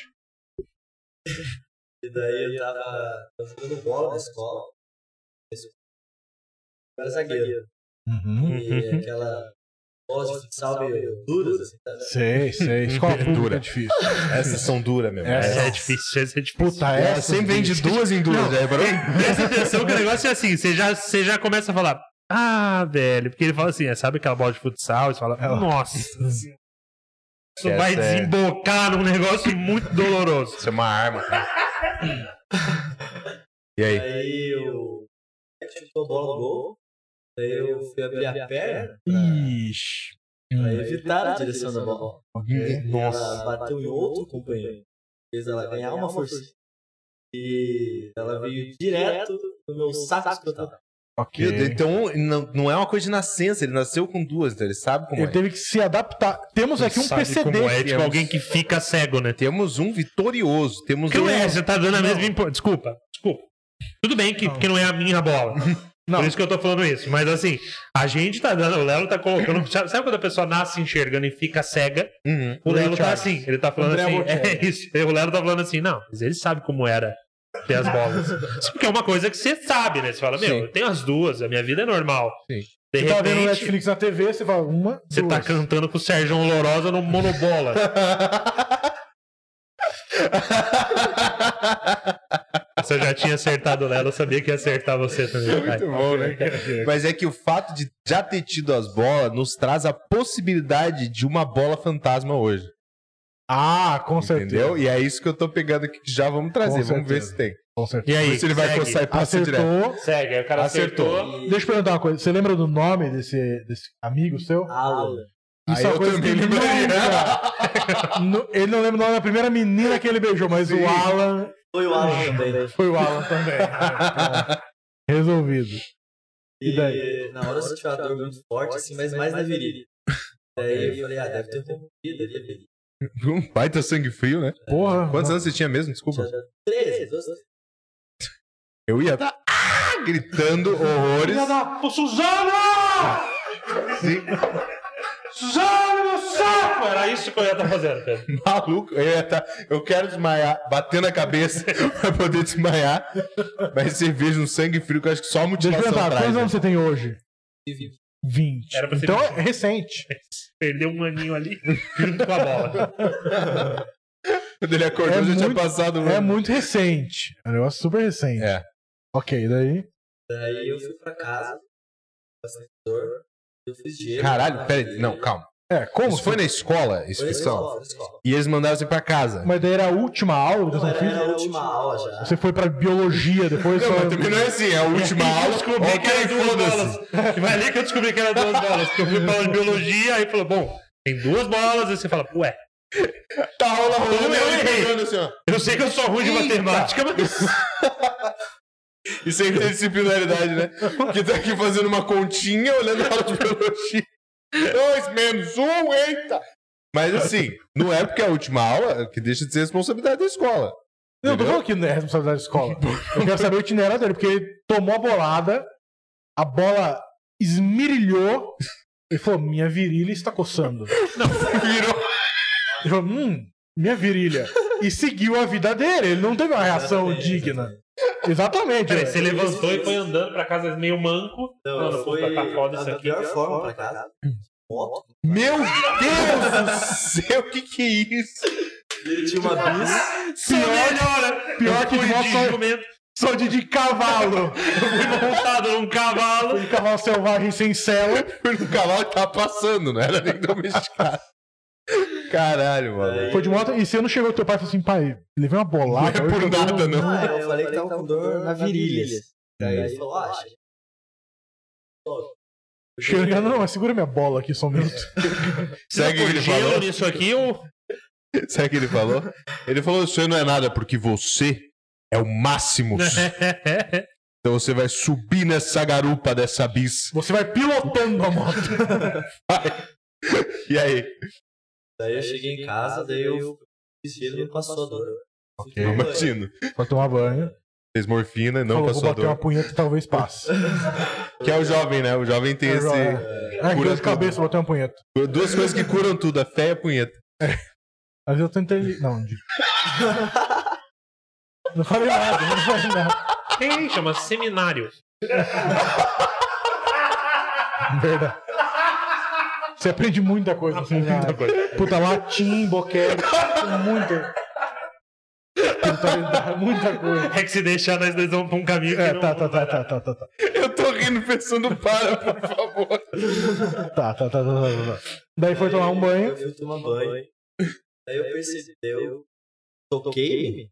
D: E daí eu tava tava jogando bola na escola. Isso. Eu era zagueiro.
A: Uhum.
D: E aquela bola de futsal meio duras, assim, tá?
A: Sei, sei. Escola pública é difícil.
B: Essas são duras mesmo.
A: É.
C: É, difícil, essa é difícil.
A: Puta,
B: Ela
A: essa.
B: sempre vem de duas em duas, já reparou?
C: Presta atenção que o negócio é assim, você já, você já começa a falar, ah, velho, porque ele fala assim, é, sabe aquela bola de futsal? Você fala, nossa. Isso
B: Essa
C: vai
B: é-
C: desembocar num negócio muito doloroso.
B: Isso é uma arma. E aí?
D: Daí eu chutou a bola no gol. Daí eu fui abrir a perna
A: Ixi.
D: pra evitar a direção da bola.
B: Nossa.
D: Ela bateu em outro companheiro. Fez ela ganhar uma força. E ela veio direto no meu saco que eu tava.
A: Ok.
B: Meu Deus, então não, não é uma coisa de nascença, ele nasceu com duas, então ele sabe como
A: Ele
B: é.
A: teve que se adaptar. Temos aqui um
E: Sabe
A: PCD.
E: como
C: É tipo
E: Temos-
C: alguém que fica cego, né?
B: Temos um vitorioso, temos
C: Que
B: um...
C: não é, você tá dando a
A: Não.
C: mesma importância. Desculpa, desculpa. Tudo bem que, que não é a minha bola.
A: Não.
C: Por isso que eu tô falando isso. Mas assim, a gente tá dando. O Lelo tá colocando. Sabe sabe quando a pessoa nasce enxergando e fica cega?
B: Uhum.
C: O
A: Ray
C: Lelo tá
A: Charles.
C: assim. Ele tá falando
A: André
C: assim.
A: Bocelli.
C: É isso. O Lelo tá falando assim. Não, mas ele sabe como era ter as bolas. Isso porque é uma coisa que você sabe, né? Você fala, meu,
B: Sim.
C: eu tenho as duas, a minha vida é normal.
B: Sim.
C: De
A: Você tá vendo
C: repente,
A: Netflix na TV, você fala uma.
C: você tá
A: duas.
C: cantando com o Sérgio Lorosa no monobola. Se eu já tinha acertado o Lelo, eu sabia que ia acertar você também. Vai.
B: Muito bom, né? Mas é que o fato de já ter tido as bolas nos traz a possibilidade de uma bola fantasma hoje.
A: Ah, com certeza.
B: Entendeu? E é isso que eu tô pegando aqui, que já vamos trazer.
A: Com
B: Vamos ver
A: certeza.
B: se tem.
A: Com certeza.
C: E aí?
B: Ver se ele vai
C: segue.
B: coçar e passar direto.
A: Acertou.
C: Segue, aí o cara acertou.
B: Acertou.
A: Deixa eu perguntar uma coisa. Você lembra do nome desse, desse amigo seu?
D: Aula.
B: Aí
A: é
D: é
B: eu também
A: ele
B: lembraria.
A: nunca- Nu- ele não lembra o nome da primeira menina que ele beijou, mas
B: Sim.
A: o Alan
D: Foi o Alan também. né?
A: foi o Alan também. Resolvido.
D: E,
A: E daí?
D: na hora eu senti uma dor muito forte, assim, mas mais na virilha. Daí eu falei, ah, deve ter rompido ali a virilha.
B: Um baita sangue frio, né?
A: Porra.
B: Quantos anos você tinha mesmo? Desculpa.
D: Tinha 13, 12,
B: Eu ia estar gritando horrores.
A: tá- Filha da
C: ah,
A: Pô, Suzana!
B: Sim,
A: Suzana, meu saco!
C: Pô, Era isso que eu ia estar fazendo, cara.
B: maluco. Eu ia tá, eu quero desmaiar, batendo a cabeça pra poder desmaiar. Mas cerveja, um sangue frio que eu acho que só a
A: Deixa eu
B: mutilação
A: perguntar,
B: traz.
A: quantos
B: né?
A: anos você tem hoje?
D: 20.
A: 20.
C: Era pra ser um.
A: Então
C: 20.
A: é recente.
C: Perdeu um aninho ali junto com a bola.
B: Quando ele acordou,
A: É
B: já tinha
A: muito-
B: passado. um
A: É muito recente. É um negócio super recente.
B: É.
A: Ok, daí.
D: Daí eu fui pra casa, bastante dor, eu fiz gelo.
B: Caralho, peraí. Não, calma.
A: É, como?
B: Isso foi na escola, isso,
D: Foi na
B: pessoal?
D: escola, na escola.
B: E eles mandaram você pra casa.
A: Mas daí era a última aula então do
D: Não,
A: seu
D: era, era
A: filho?
D: a última aula já.
A: Você foi pra biologia depois?
B: Não,
A: só- Tá.
B: mas também não é assim, é a última aula.
C: descobri que era
B: Ok,
C: duas
B: foda-se.
C: bolas. Vai ali que eu descobri que era duas bolas. Porque eu fui pra aula de biologia, aí falou, bom, tem duas bolas. Aí você fala, ué,
B: Tá rola rolando
C: Eu
B: eu
C: errei.
B: errei. Assim, ó.
C: eu sei que eu sou ruim de
B: Eita.
C: matemática, mas.
B: Isso é interdisciplinaridade, né? Porque tá aqui fazendo uma continha olhando a aula de biologia. Dois menos um, eita! Mas assim, não é porque é a última aula que deixa de ser responsabilidade da escola.
A: Não, eu tô
B: Entendeu?
A: falando que não é responsabilidade da escola. Eu quero saber o itinerário dele, porque ele tomou a bolada, a bola esmirilhou e falou: Minha virilha está coçando. Ele
B: Virou.
A: falou: Hum, minha virilha. E seguiu a vida dele, ele não teve uma reação
D: Exatamente,
A: digna. Exatamente.
C: Peraí,
A: velho.
C: você levantou e foi andando pra casa meio manco.
D: Não,
C: Mano,
D: eu fui
C: puta, tá foda
D: da
C: isso aqui.
D: pior forma pra casa. Moto.
B: Meu Deus do céu, o que que é isso?
D: Ele tinha uma bis.
C: Só melhora.
A: pior
C: Eu
A: que
C: fui
A: de moto-
C: um jumento,
A: Sou de, de cavalo.
C: fui montado num cavalo.
A: Um cavalo selvagem sem cela.
B: Foi no cavalo que tava passando, né? não era nem domesticado. Caralho, mano.
A: Foi de moto. E você não chegou teu pai e falou assim: Pai, levei uma
B: Não é
A: bolada. hoje
B: por
A: eu tô-
B: nada, não.
D: Ah, eu falei que tava com dor na virilha. Daí ele falou, ah, gente,
A: Chega, não, mas segura minha bola aqui só um minuto.
B: Segue o que ele
C: é gelo né?
B: falou.
C: nisso aqui ou.
B: Sabe o que ele falou? Ele falou: Você não é nada porque você é o máximo. Então você vai subir nessa garupa dessa bis.
A: Você vai pilotando a moto.
B: E aí?
D: Daí eu cheguei em casa, daí eu fiz gelo e não passou a dor. Ok.
B: Eu imagino.
A: Vai tomar banho.
B: Fez morfina, não
A: falou,
B: passou
A: vou
B: a
A: bater
B: dor.
A: uma punheta talvez passe.
B: Que é o jovem, né? O jovem tem
A: É,
B: esse.
A: é. Ah,
B: Cura
A: dor de
B: tudo.
A: cabeça, botei uma punheta.
B: Duas coisas que curam tudo: a fé e a punheta.
A: Às vezes eu tentei. li- Não, não digo. Não falei nada, não falei nada.
C: Tem, chama seminário.
A: Verdade. Você aprende muita coisa. Assim, muita
C: coisa.
A: Puta, latim, boquete, muita. Puta, Muita coisa.
C: É que se deixar, nós dois vamos pra um caminho que
A: É,
C: não
A: tá, tá, tá, tá, tá, tá, tá.
B: Eu tô rindo pensando, para, por favor.
A: Tá, tá, tá, tá, tá, tá, tá. Daí foi tomar um banho.
D: Eu fui tomar banho. Daí eu percebi, daí eu toquei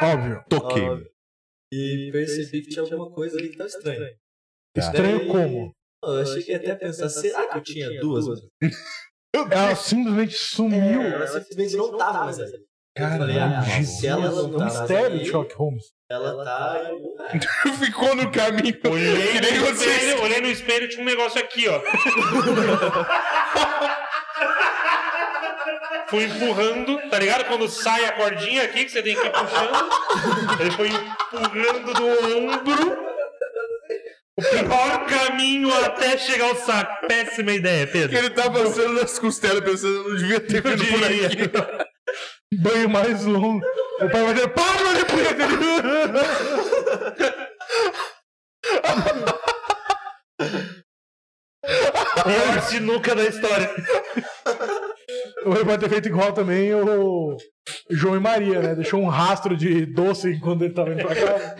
A: Óbvio.
B: Toquei.
D: Óbvio. e percebi que tinha alguma coisa ali que tava estranha.
B: Tá.
A: Estranho como?
D: Eu achei que ia até pensar, será que eu tinha duas?
A: é Ela simplesmente sumiu.
D: Ela simplesmente É, não tava mais ali. Cara,
A: Caralho.
D: "Ah, se ela não tá
A: um mistério de
D: aí,
A: Sherlock Holmes.
D: Ela tá em algum lugar.
B: Ficou no caminho.
C: Olhei
B: nem
C: no,
B: vocês.
C: espelho, olhei no espelho tinha um negócio aqui, ó. Fui empurrando, tá ligado? Quando sai a cordinha aqui, que você tem que ir puxando. Ele foi empurrando do ombro. O pior caminho até chegar ao saco. Péssima ideia, Pedro.
B: Ele tá passando nas costelas, pensando, eu não devia ter vindo por aqui.
A: Banho mais longo. O pai vai dizer, é, para, olha Pedro!
C: Pior sinuca da história.
A: Ele pode ter feito igual também o João e Maria, né? Deixou um rastro de doce quando ele tava indo pra casa.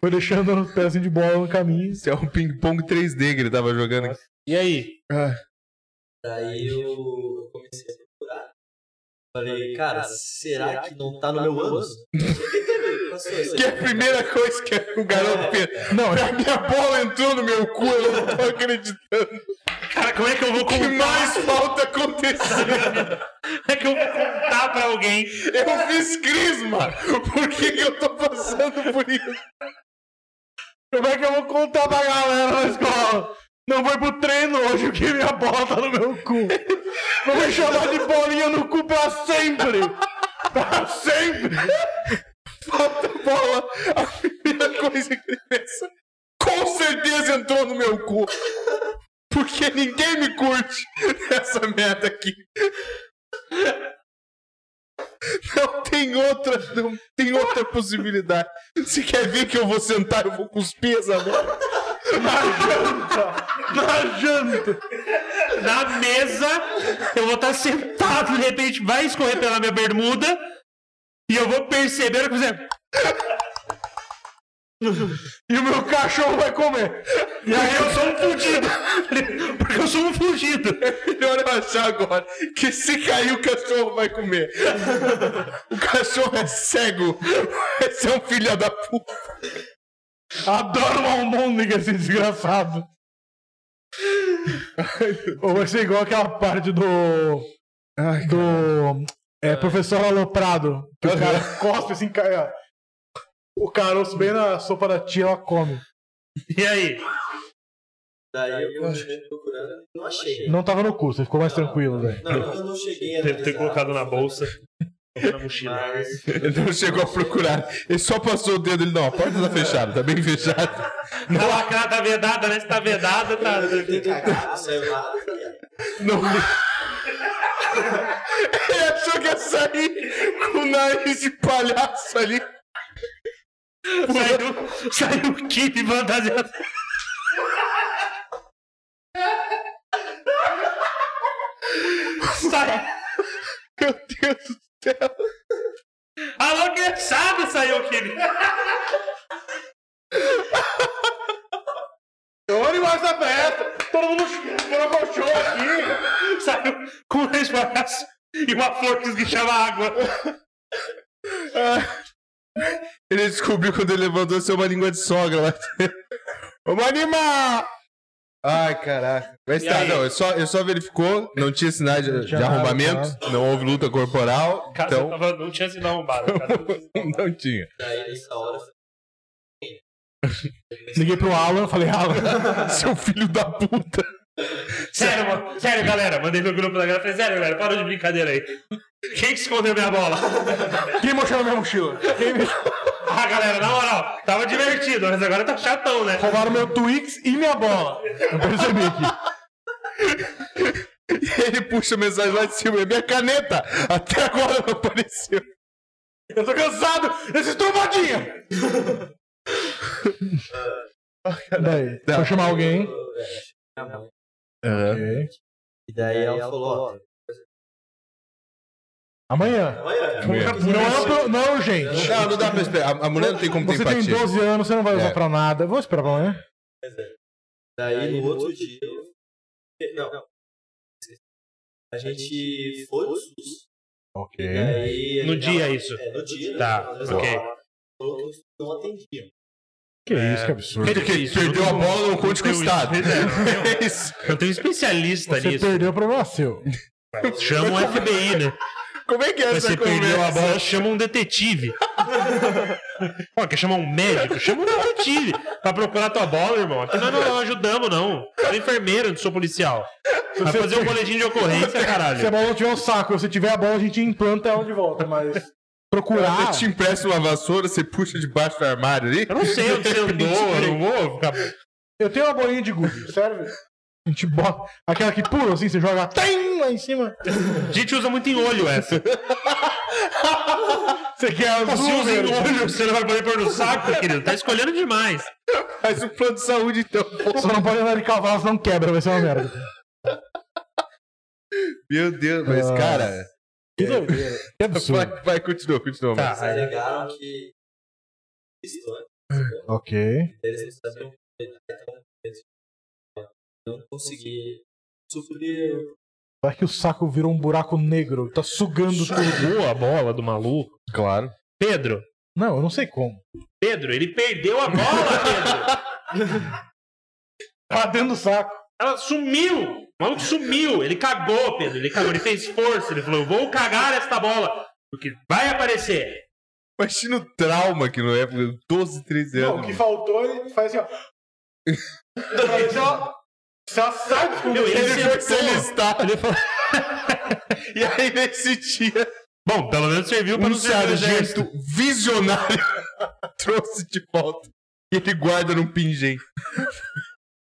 A: Foi deixando um pezinho de bola no caminho.
B: Isso é um ping-pong 3D que ele tava jogando aqui.
F: E aí?
D: Daí eu comecei a procurar. Falei, cara, será que não tá no meu ânus?
B: Que é a primeira coisa que o garoto
C: É.
B: pensa. Não, a minha bola entrou no meu cu, eu não tô acreditando.
C: Cara, como é que eu vou
B: O que
C: contar?
B: mais falta acontecer?
C: Como é que eu vou contar pra alguém?
B: Eu fiz crisma! Por que, que eu tô passando por isso?
A: Como é que eu vou contar pra galera na escola? Não foi pro treino hoje porque minha bola tá no meu cu. Vou me chamar de bolinha no cu pra sempre! Pra sempre!
B: Falta bola! A primeira coisa que ele pensa. Com certeza entrou no meu cu! Porque ninguém me curte essa merda aqui. Não tem outra, não tem outra possibilidade. Se quer ver que eu vou sentar, eu vou cuspir essa merda.
A: Na janta!
C: na mesa, eu vou estar sentado, de repente vai escorrer pela minha bermuda e eu vou perceber que você.
A: E o meu cachorro vai comer!
C: E aí eu sou um fudido. Porque eu sou um fudido.
B: Melhor eu achar agora que se cair o cachorro vai comer. O cachorro é cego. Esse é um filho da puta.
A: Adoro um uma almôndega, esse desgraçado! Ou vai ser igual aquela parte do. do. É, professor aloprado. Que o cara cospe assim, cai, ó. O caroço bem na sopa da tia, ela come.
C: E aí?
D: Daí eu continuei procurando não achei.
A: Não tava no curso, ficou mais tranquilo, velho.
D: Não, eu não cheguei a
C: Deve ter
D: analisar,
C: colocado na bolsa. ou Na mochila.
D: Mas
B: Ele não chegou a procurar. Ele só passou o dedo. Ele, não, a porta tá fechada, tá bem fechada.
C: Tá lacrada, tá vedada, né? Se tá vedada, tá.
D: eu tenho cagado, saiu nada. falei, ah,
B: Não. Ele achou que ia sair com o nariz de palhaço ali.
C: Saiu, saiu o Kip fantasiado. Sai.
B: Meu Deus do céu.
C: Alô, criançada, saiu o Kip.
A: Olha embaixo da festa! Todo mundo colocou show aqui!
C: saiu com um espadaço e uma flor que esguichava água.
B: Ele descobriu quando ele levantou ser uma língua de sogra lá dentro. Vamos animar! Ai, caraca. Mas
C: E
B: tá,
C: aí?
B: não, ele só, ele só verificou, não tinha sinais de, de
A: nada,
B: arrombamento, não houve luta corporal,
C: Casa
B: então
C: tava, não tinha sido arrombada. Casa não tinha sido arrombada.
B: não tinha.
D: Daí nessa hora eu falei,
A: Liguei pro Alan, falei, Alan,
B: Seu filho da puta.
C: sério, mano, sério, galera. Mandei no grupo da galera. Falei, sério, galera, parou de brincadeira aí. Quem que escondeu minha bola?
A: quem mexeu na minha mochila? Quem me...
C: Ah, galera, na moral, tava divertido, mas agora tá chatão, né?
A: Roubaram meu Twix e minha bola! Eu percebi aqui.
B: Ele puxa a mensagem lá de cima. "É Minha caneta! Até agora não apareceu.
A: Eu tô cansado desse trombadinha! Daí,
B: Tá.
A: vou chamar alguém. É.
D: "Pô, velho, achei minha mãe."
A: Ok.
D: E é, daí ela falou, ó,
A: Amanhã.
D: amanhã.
B: Amanhã.
A: Não é, pro- não é urgente.
B: Não, não dá pra esperar. A, a mulher não tem como ter
A: Você tem
B: empatia.
A: 12 anos, você não vai usar
B: É.
A: pra nada. Eu Vou esperar pra amanhã.
D: é." Daí no outro dia eu... Não. A gente foi no SUS.
A: Ok.
D: Daí,
C: No
D: ele-
C: dia,
D: ela-
C: isso.
D: É, no dia.
C: Tá,
D: Às vezes
C: ok.
D: ela Falou que eu não atendia.
A: Que É isso, que absurdo.
B: Porque perdeu a bola, não conte com o Estado. É isso.
C: Eu tenho um especialista
A: Você
C: nisso.
A: perdeu o problema seu.
C: Chama o FBI, né?
B: Como é que é
C: Mas
B: essa
C: você perdeu a
B: conversa?
C: bola, chama um detetive. Ó, quer chamar um médico? Chama um detetive pra procurar tua bola, irmão. Aqui nós não ajudamos, não. Eu sou enfermeiro, não sou policial. Vai
A: Você
C: fazer um boletim de ocorrência,
A: Se a
C: caralho.
A: bola não tiver o saco, se tiver a bola, a gente implanta ela de volta, mas. Procurar.
B: Você te empresta uma vassoura, você puxa debaixo do armário ali?
C: Eu não sei onde você andou, eu não vou ficar...
A: Eu tenho uma bolinha de gude, serve? A gente bota. Aquela que pula assim, você joga tem lá em cima.
C: A gente usa muito em olho essa.
A: Você quer
C: Se
A: azul,
C: usa em
A: verde?
C: olho, você não vai poder pôr no saco, querido. Tá escolhendo demais.
B: Faz um plano de saúde, então.
A: Só não pode andar de cavalo, senão quebra, vai ser uma merda.
B: É. Meu Deus, mas
A: Ah.
B: cara.
A: Que doideira. Que absurdo.
B: Vai, vai, continua, continua.
C: Tá.
B: mano.
D: Eles alegaram que isso, né?
A: Ok.
D: eles não sabiam aproveitar, então eles não conseguiam suprir o
A: Vai que o saco virou um buraco negro, tá sugando tudo.
C: Sugou a bola do maluco.
B: Claro.
C: Pedro,
A: Não, eu não sei como.
C: Pedro, ele perdeu a bola, Pedro.
A: Tá dentro do saco.
C: Ela sumiu. O maluco sumiu. Ele cagou, Pedro. Ele cagou. Ele fez força. Ele falou: eu vou cagar esta bola. Porque vai aparecer.
B: Imagina o trauma que não é, 12, 13 anos.
A: Não, o que faltou, ele faz assim, ó. Aí só, só sai do fundo.
C: Meu, ele
B: Ele foi
C: sentou.
B: solicitar. Ele falou... e aí, nesse dia,
C: Bom, pelo menos serviu pra
B: um
C: não servir o
B: sargento
C: exército.
B: visionário trouxe de volta. E ele guarda num pingente.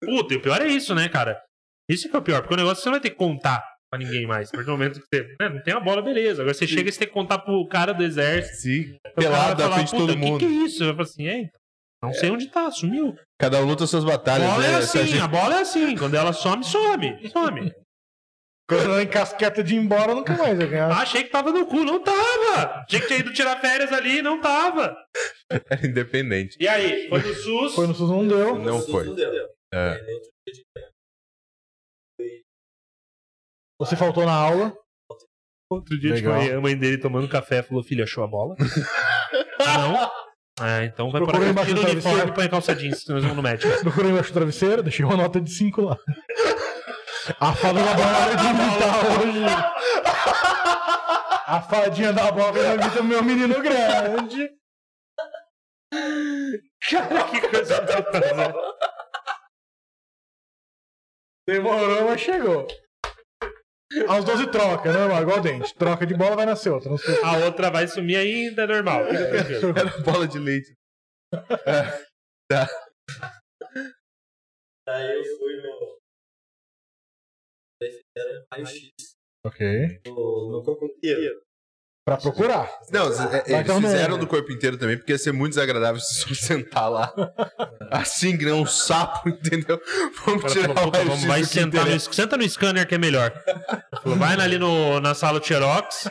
C: Puta, e o pior é isso, né, cara? Isso que é o pior, porque o negócio você não vai ter que contar pra ninguém mais. Porque no momento que você né, não tem a bola, beleza. Agora você chega e você tem que contar pro cara do exército.
B: Sim,
C: O cara vai
B: pelado na
C: falar,
B: frente de
C: "Puta,
B: todo mundo.
C: Que que é isso? Eu falo assim, é, então, não sei onde tá, sumiu.
B: Cada um luta suas
C: A
B: batalhas.
C: bola
B: né,
C: é assim,
B: sargento?
C: a bola é assim. Quando ela some, some. Some.
A: Quando ela encasqueta de ir embora, nunca mais vai ganhar.
C: Ah, Achei que tava no cu, não tava. Achei que tinha ido tirar férias ali, não tava.
B: Era é independente.
C: E aí, foi no SUS.
A: Foi no SUS, não deu.
B: Não
D: SUS
B: foi.
D: Não deu.
B: É.
D: Aí, no outro dia de manhã,
A: Você faltou na aula.
C: Outro dia
A: Legal.
C: de manhã, a mãe dele tomando café falou: Filho, achou a bola? ah, não. Ah, então vai por
A: Procura
C: aqui.
A: embaixo
C: Tira o
A: do
C: uniforme
A: travesseiro.
C: e põe a calça jeans, senão nós vamos no médico.
A: Procurei embaixo do travesseiro, deixei uma nota de 5 lá. A fada da bola vai me imitar hoje. A fadinha da bola vai imitar meu menino grande.
C: que coisa que eu tô fazendo?
A: Demorou, mas chegou. Aos 12 troca, né, mano? Igual dente. Troca de bola, vai nascer outra. Não sei.
C: A outra vai sumir ainda, é normal. Fica tranquilo.
B: Era bola de leite.
D: Daí eu fui no. Daí fizeram um raio-x
A: Ok.
D: no, no corpo inteiro.
A: Pra procurar.
B: Não, z- é,
A: Vai
B: eles
A: ter um
B: fizeram
C: né?
A: nome.
B: do corpo inteiro também, porque ia ser muito desagradável se só sentar lá. Assim, que nem um sapo, entendeu? Vamos
C: O cara
B: tirar
C: falou,
B: o
C: puta,
B: raio
C: vamos, vai sentar no,
B: no
C: sc- senta no scanner que é melhor. Falou, vai ali no, na sala do Xerox,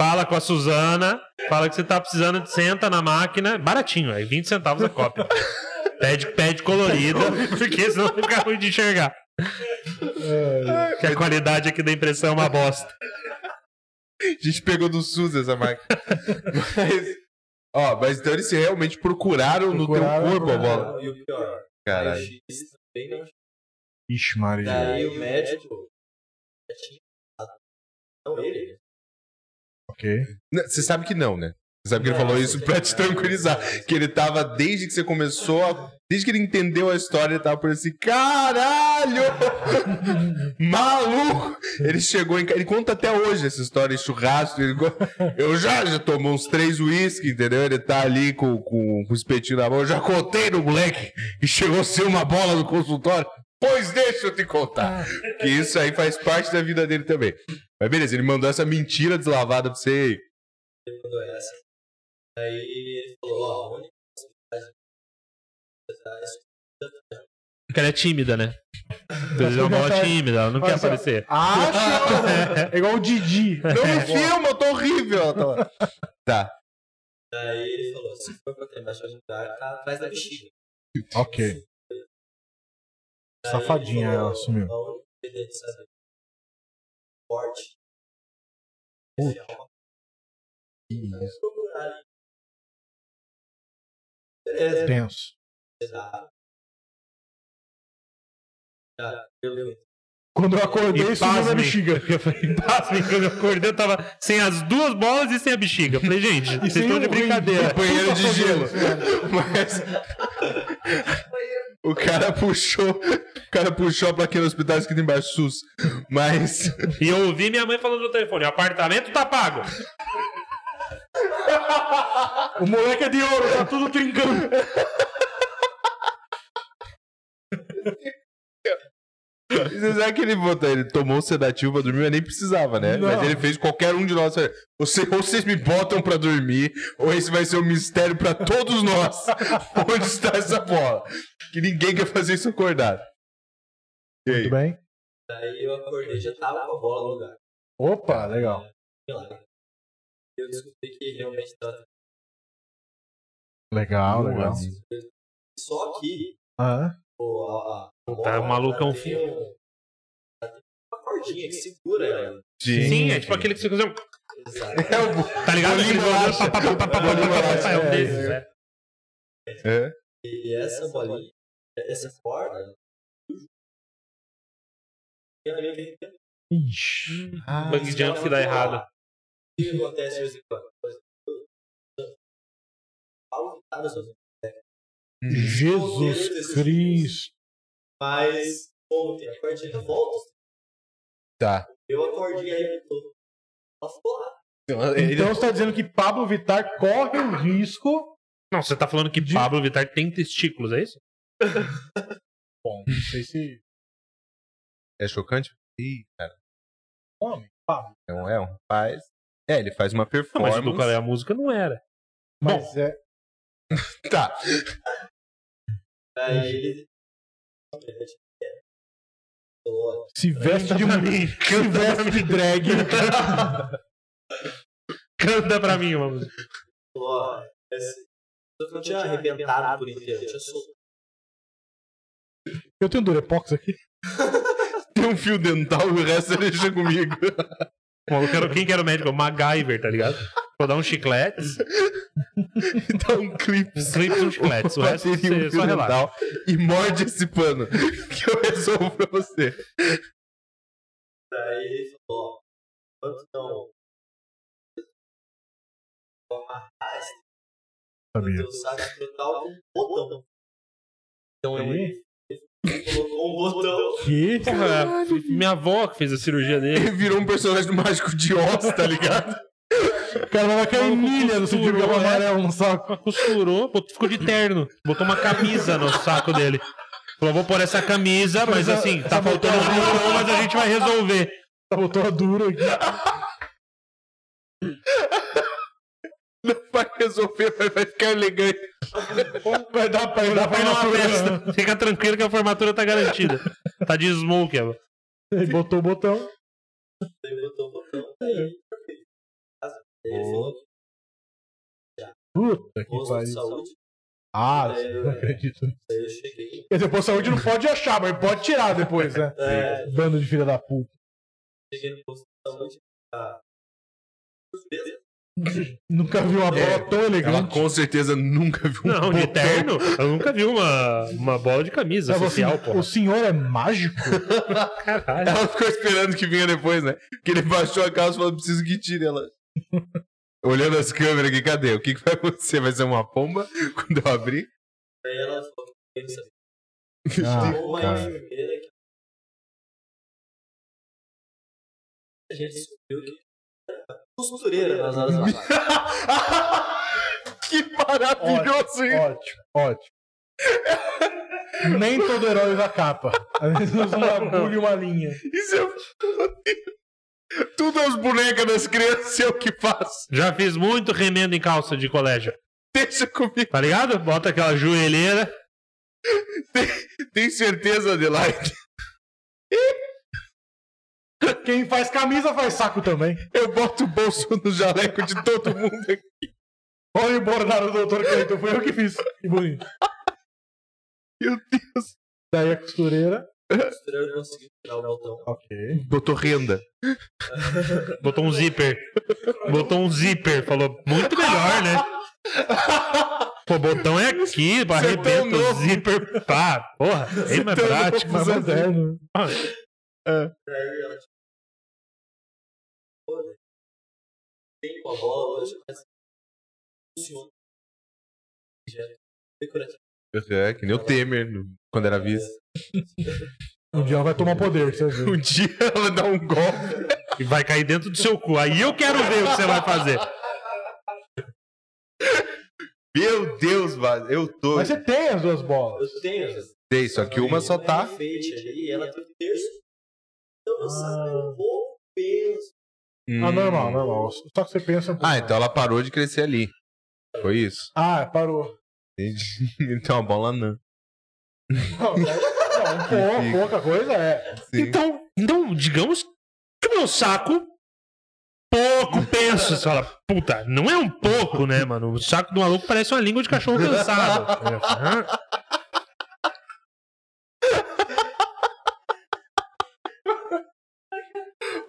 C: fala com a Suzana, fala que você tá precisando, senta na máquina, baratinho, aí 20 centavos a cópia. Pede, pede colorida, porque senão fica ruim de enxergar. Que a qualidade aqui da impressão é uma bosta.
B: A gente pegou do SUS essa máquina. mas, ó, mas então eles realmente procuraram,
A: Procuraram,
B: no teu corpo a bola.
A: procuraram.
D: E o pior,
B: Caralho.
D: raio-x também não
A: Ixi, Maria.
D: Daí o médico já tinha falado. Não ele.
A: Ok.
B: Não, Você sabe que não, né? Você sabe que ele
D: Não,
B: falou
D: eu
B: isso
D: sei
B: pra
D: que
B: te
D: não.
B: tranquilizar. Que ele tava, desde que você começou, a- desde que ele entendeu a história, ele tava por assim, caralho! Maluco! Ele chegou em ca- Ele conta até hoje essa história de churrasco. ele co- eu já, já tomou uns três uísques, entendeu? Ele tá ali com, com, com o espetinho na mão. Eu já contei no moleque e chegou a ser uma bola no consultório. Pois deixa eu te contar. Que isso aí faz parte da vida dele também. Mas beleza, ele mandou essa mentira deslavada pra você aí.
D: Ele mandou essa. Daí ele falou, ó, a única possibilidade de fazer isso
C: Porque ela é tímida, né? Ela é uma bola tímida, ela não quer
A: Mas, ó,
C: aparecer.
A: Acho! É igual o Didi.
B: Não me filma, eu tô horrível. Ela tá lá. Tá.
D: Daí ele falou, se for pra ter embaixo de lugar, tá atrás da bexiga.
A: Ok.
D: Daí ele
A: Safadinha,
D: falou,
A: ela sumiu.
D: A única possibilidade de saber. Forte. é Procurar ali. Beleza.
A: Tenso.
D: Exato. Já, eu
A: Quando eu acordei,
C: E
A: subiu minha
C: pasmem.
A: bexiga.
C: Eu falei, pasmem, quando eu acordei, eu tava sem as duas bolas e sem a bexiga. Eu falei, gente, vocês
A: sem
C: estão de
A: o rim.
C: brincadeira.
B: Banheiro de gelo. Mas. O cara puxou. O cara puxou a plaquinha do hospital escrito embaixo SUS. Mas.
C: E eu ouvi minha mãe falando no telefone: o apartamento tá pago.
A: O moleque é de ouro, tá tudo trincando.
B: Você sabe que ele botou, ele tomou o sedativo pra dormir, mas nem precisava, né?
A: Não.
B: Mas ele fez qualquer um de nós. falar, Você, ou vocês me botam pra dormir, ou esse vai ser um mistério pra todos nós. Onde está essa bola? Que ninguém quer fazer isso acordado. E aí?
A: Tudo bem?
D: Daí eu acordei e já tava com a bola no lugar.
A: Opa, legal.
D: Milagre. Eu descobri que realmente tá tava.
A: Legal, legal.
D: Só que
A: Ah,
D: pô, a, a
C: Tá um malucão
D: tem
C: fino.
D: um- ela tem uma cordinha que segura ela.
C: Sim, é tipo aquele que você usa.
D: Exato.
B: É o bo-
C: Tá ligado?
B: Bolinho
C: Aquele
B: bolacha.
C: pá, pá, pá, pá, pá, pá, pá,
B: Bolinho
C: pá, pá,
B: bolacha,
C: É um
A: é.
C: desses, é.
B: É.
D: E essa bolinha, essa corda. Minha amiga arrebentou.
A: ixi.
C: Bug jump que dá errado.
D: O que acontece de vez em quando? Falo nada, só-
A: Jesus Cristo.
D: Mas ontem a cordinha volta.
B: Tá.
D: Eu acordei e arrebentou. Ela ficou lá.
B: Então, ele-
A: Então você tá dizendo que Pablo Vittar corre o risco.
C: Não, você tá falando que Pablo Vittar tem testículos, é isso?
A: Bom, não sei se.
B: É chocante? Ih, cara.
A: Homem, Pablo.
B: Não é um rapaz. É, ele faz uma
C: Não, mas o
B: performance.
C: do cara é a música não era.
A: Mas é.
B: Tá.
D: Aí ele. Tô-
A: Se veste de
C: pra
A: mulher.
C: mim.
A: Se veste de drag.
C: Canta pra mim uma música.
D: tô- esse- Eu não tinha arrebentado por inteiro, eu tinha soltado.
A: Eu tenho Durepox aqui.
B: Tem um fio dental e o resto ele deixa comigo.
C: O maluco era- Quem que era o médico? O MacGyver, tá ligado? Vou dar um chiclete,
B: Dá um clipe.
C: um clipe e um chiclete. O resto
B: Bateria,
C: você só relaxa.
B: dental e morde esse pano que eu resolvo pra você.
D: Daí ele falou: ó, quanto é não. Vou amarrar esse
A: Sabia.
D: teu saco frontal com um botão. Então ele ele colocou um botão.
A: Que?
C: Porra, minha avó que fez a cirurgia dele.
B: Ele virou um personagem do Mágico de Oz, tá ligado?
A: O cara vai cair milha no sentido que é amarelo no saco.
C: Costurou, botou- ficou de terno. Botou uma camisa no saco dele. Falou, vou pôr essa camisa, mas assim, tá faltando um botão, mas a gente vai resolver.
A: Tá botou a dura aqui.
B: Não vai resolver, mas vai ficar elegante.
A: Vai dar pra ir na
C: Dá pra ir numa
A: formatura.
C: festa. Fica tranquilo que a formatura tá garantida. Tá de smoke, ela.
A: Ele botou o botão.
D: Daí botou o
A: É.
D: botão. Daí ele falou:
A: Puta que
D: posto de
A: pariu.
D: saúde.
A: Ah, não acredito.
D: Daí eu cheguei.
A: Quer dizer, pô, saúde não pode achar, mas pode tirar depois, né?
D: É,
A: Bando de filha da puta.
D: Cheguei no posto de saúde. Ah, surpresa.
A: Nunca vi uma bola
B: É,
A: tão
B: Ela
A: elegante.
B: com certeza nunca viu um
C: Não, de
B: botão.
C: terno. Eu nunca vi uma, uma bola de camisa
A: Mas você-
C: social, pô.
A: assim, o senhor é mágico?
C: Caralho.
B: Ela ficou esperando que vinha depois, né? Que ele baixou a calça e falou: preciso que tire ela. Olhando as câmeras aqui, cadê? O que, que vai acontecer? Vai ser uma pomba quando eu abrir?
D: Daí ela falou que eu sabia.
A: Ah,
D: Uma
B: cara.
D: enfermeira que. A gente descobriu que era costureira nas horas vagas.
B: que maravilhoso isso!
A: ótimo, ótimo. Nem todo herói usa capa. Às vezes usa uma agulha e uma linha.
B: Isso é- Tudo as bonecas das crianças eu que faço.
C: Já fiz muito remendo em calça de colégio.
B: Deixa comigo.
C: Tá ligado? Bota aquela joelheira.
B: Tem certeza, Adelaide?
A: Quem faz camisa faz saco também.
B: Eu boto o bolso no jaleco de todo mundo aqui.
A: Olha o Bornaro do Doutor Cleiton, foi eu que fiz. Que bonito.
B: Meu Deus.
A: Daí a costureira.
D: A costureira não conseguiu tirar o botão.
A: Ok.
B: Botou renda.
C: Botou um zíper. Botou um zíper. Falou, muito melhor, né? Pô, botão é aqui,
B: é tão
C: arrebenta o
B: novo.
C: zíper. Pá, porra, bem mais
B: tão
C: prático.
B: novo,
A: Mas
B: Zé.
A: moderno.
C: Ah,
D: Daí ela tipo. Pô, né? Tem uma bola hoje, mas. Funciona. Objeto decorativo.
B: É, que nem o Temer, no- quando era vice.
A: Um dia ela vai tomar poder, você viu?
B: Um dia ela dá um golpe.
C: E vai cair dentro do seu cu. Aí eu quero ver o que você vai fazer.
B: Meu Deus, Vaz, eu tô.
A: Mas você tem as duas bolas.
D: Eu tenho. essas-
B: Sei, só que uma só tá.
D: Enfeite ali, ela tem um terço. Então eu saio um bom peso.
A: Ah,
B: Hum.
A: normal, normal. Só que você pensa um pouco
B: Ah, então ela parou de crescer ali. Foi isso.
A: mais. Ah, parou.
B: então a bola não.
A: Não, não, pou-
B: fica.
A: É pouca coisa é.
B: Sim.
C: Então, então, digamos que o meu saco pouco penso. Você fala, puta, não é um pouco, né, mano? O saco do maluco parece uma língua de cachorro cansado. É, hã?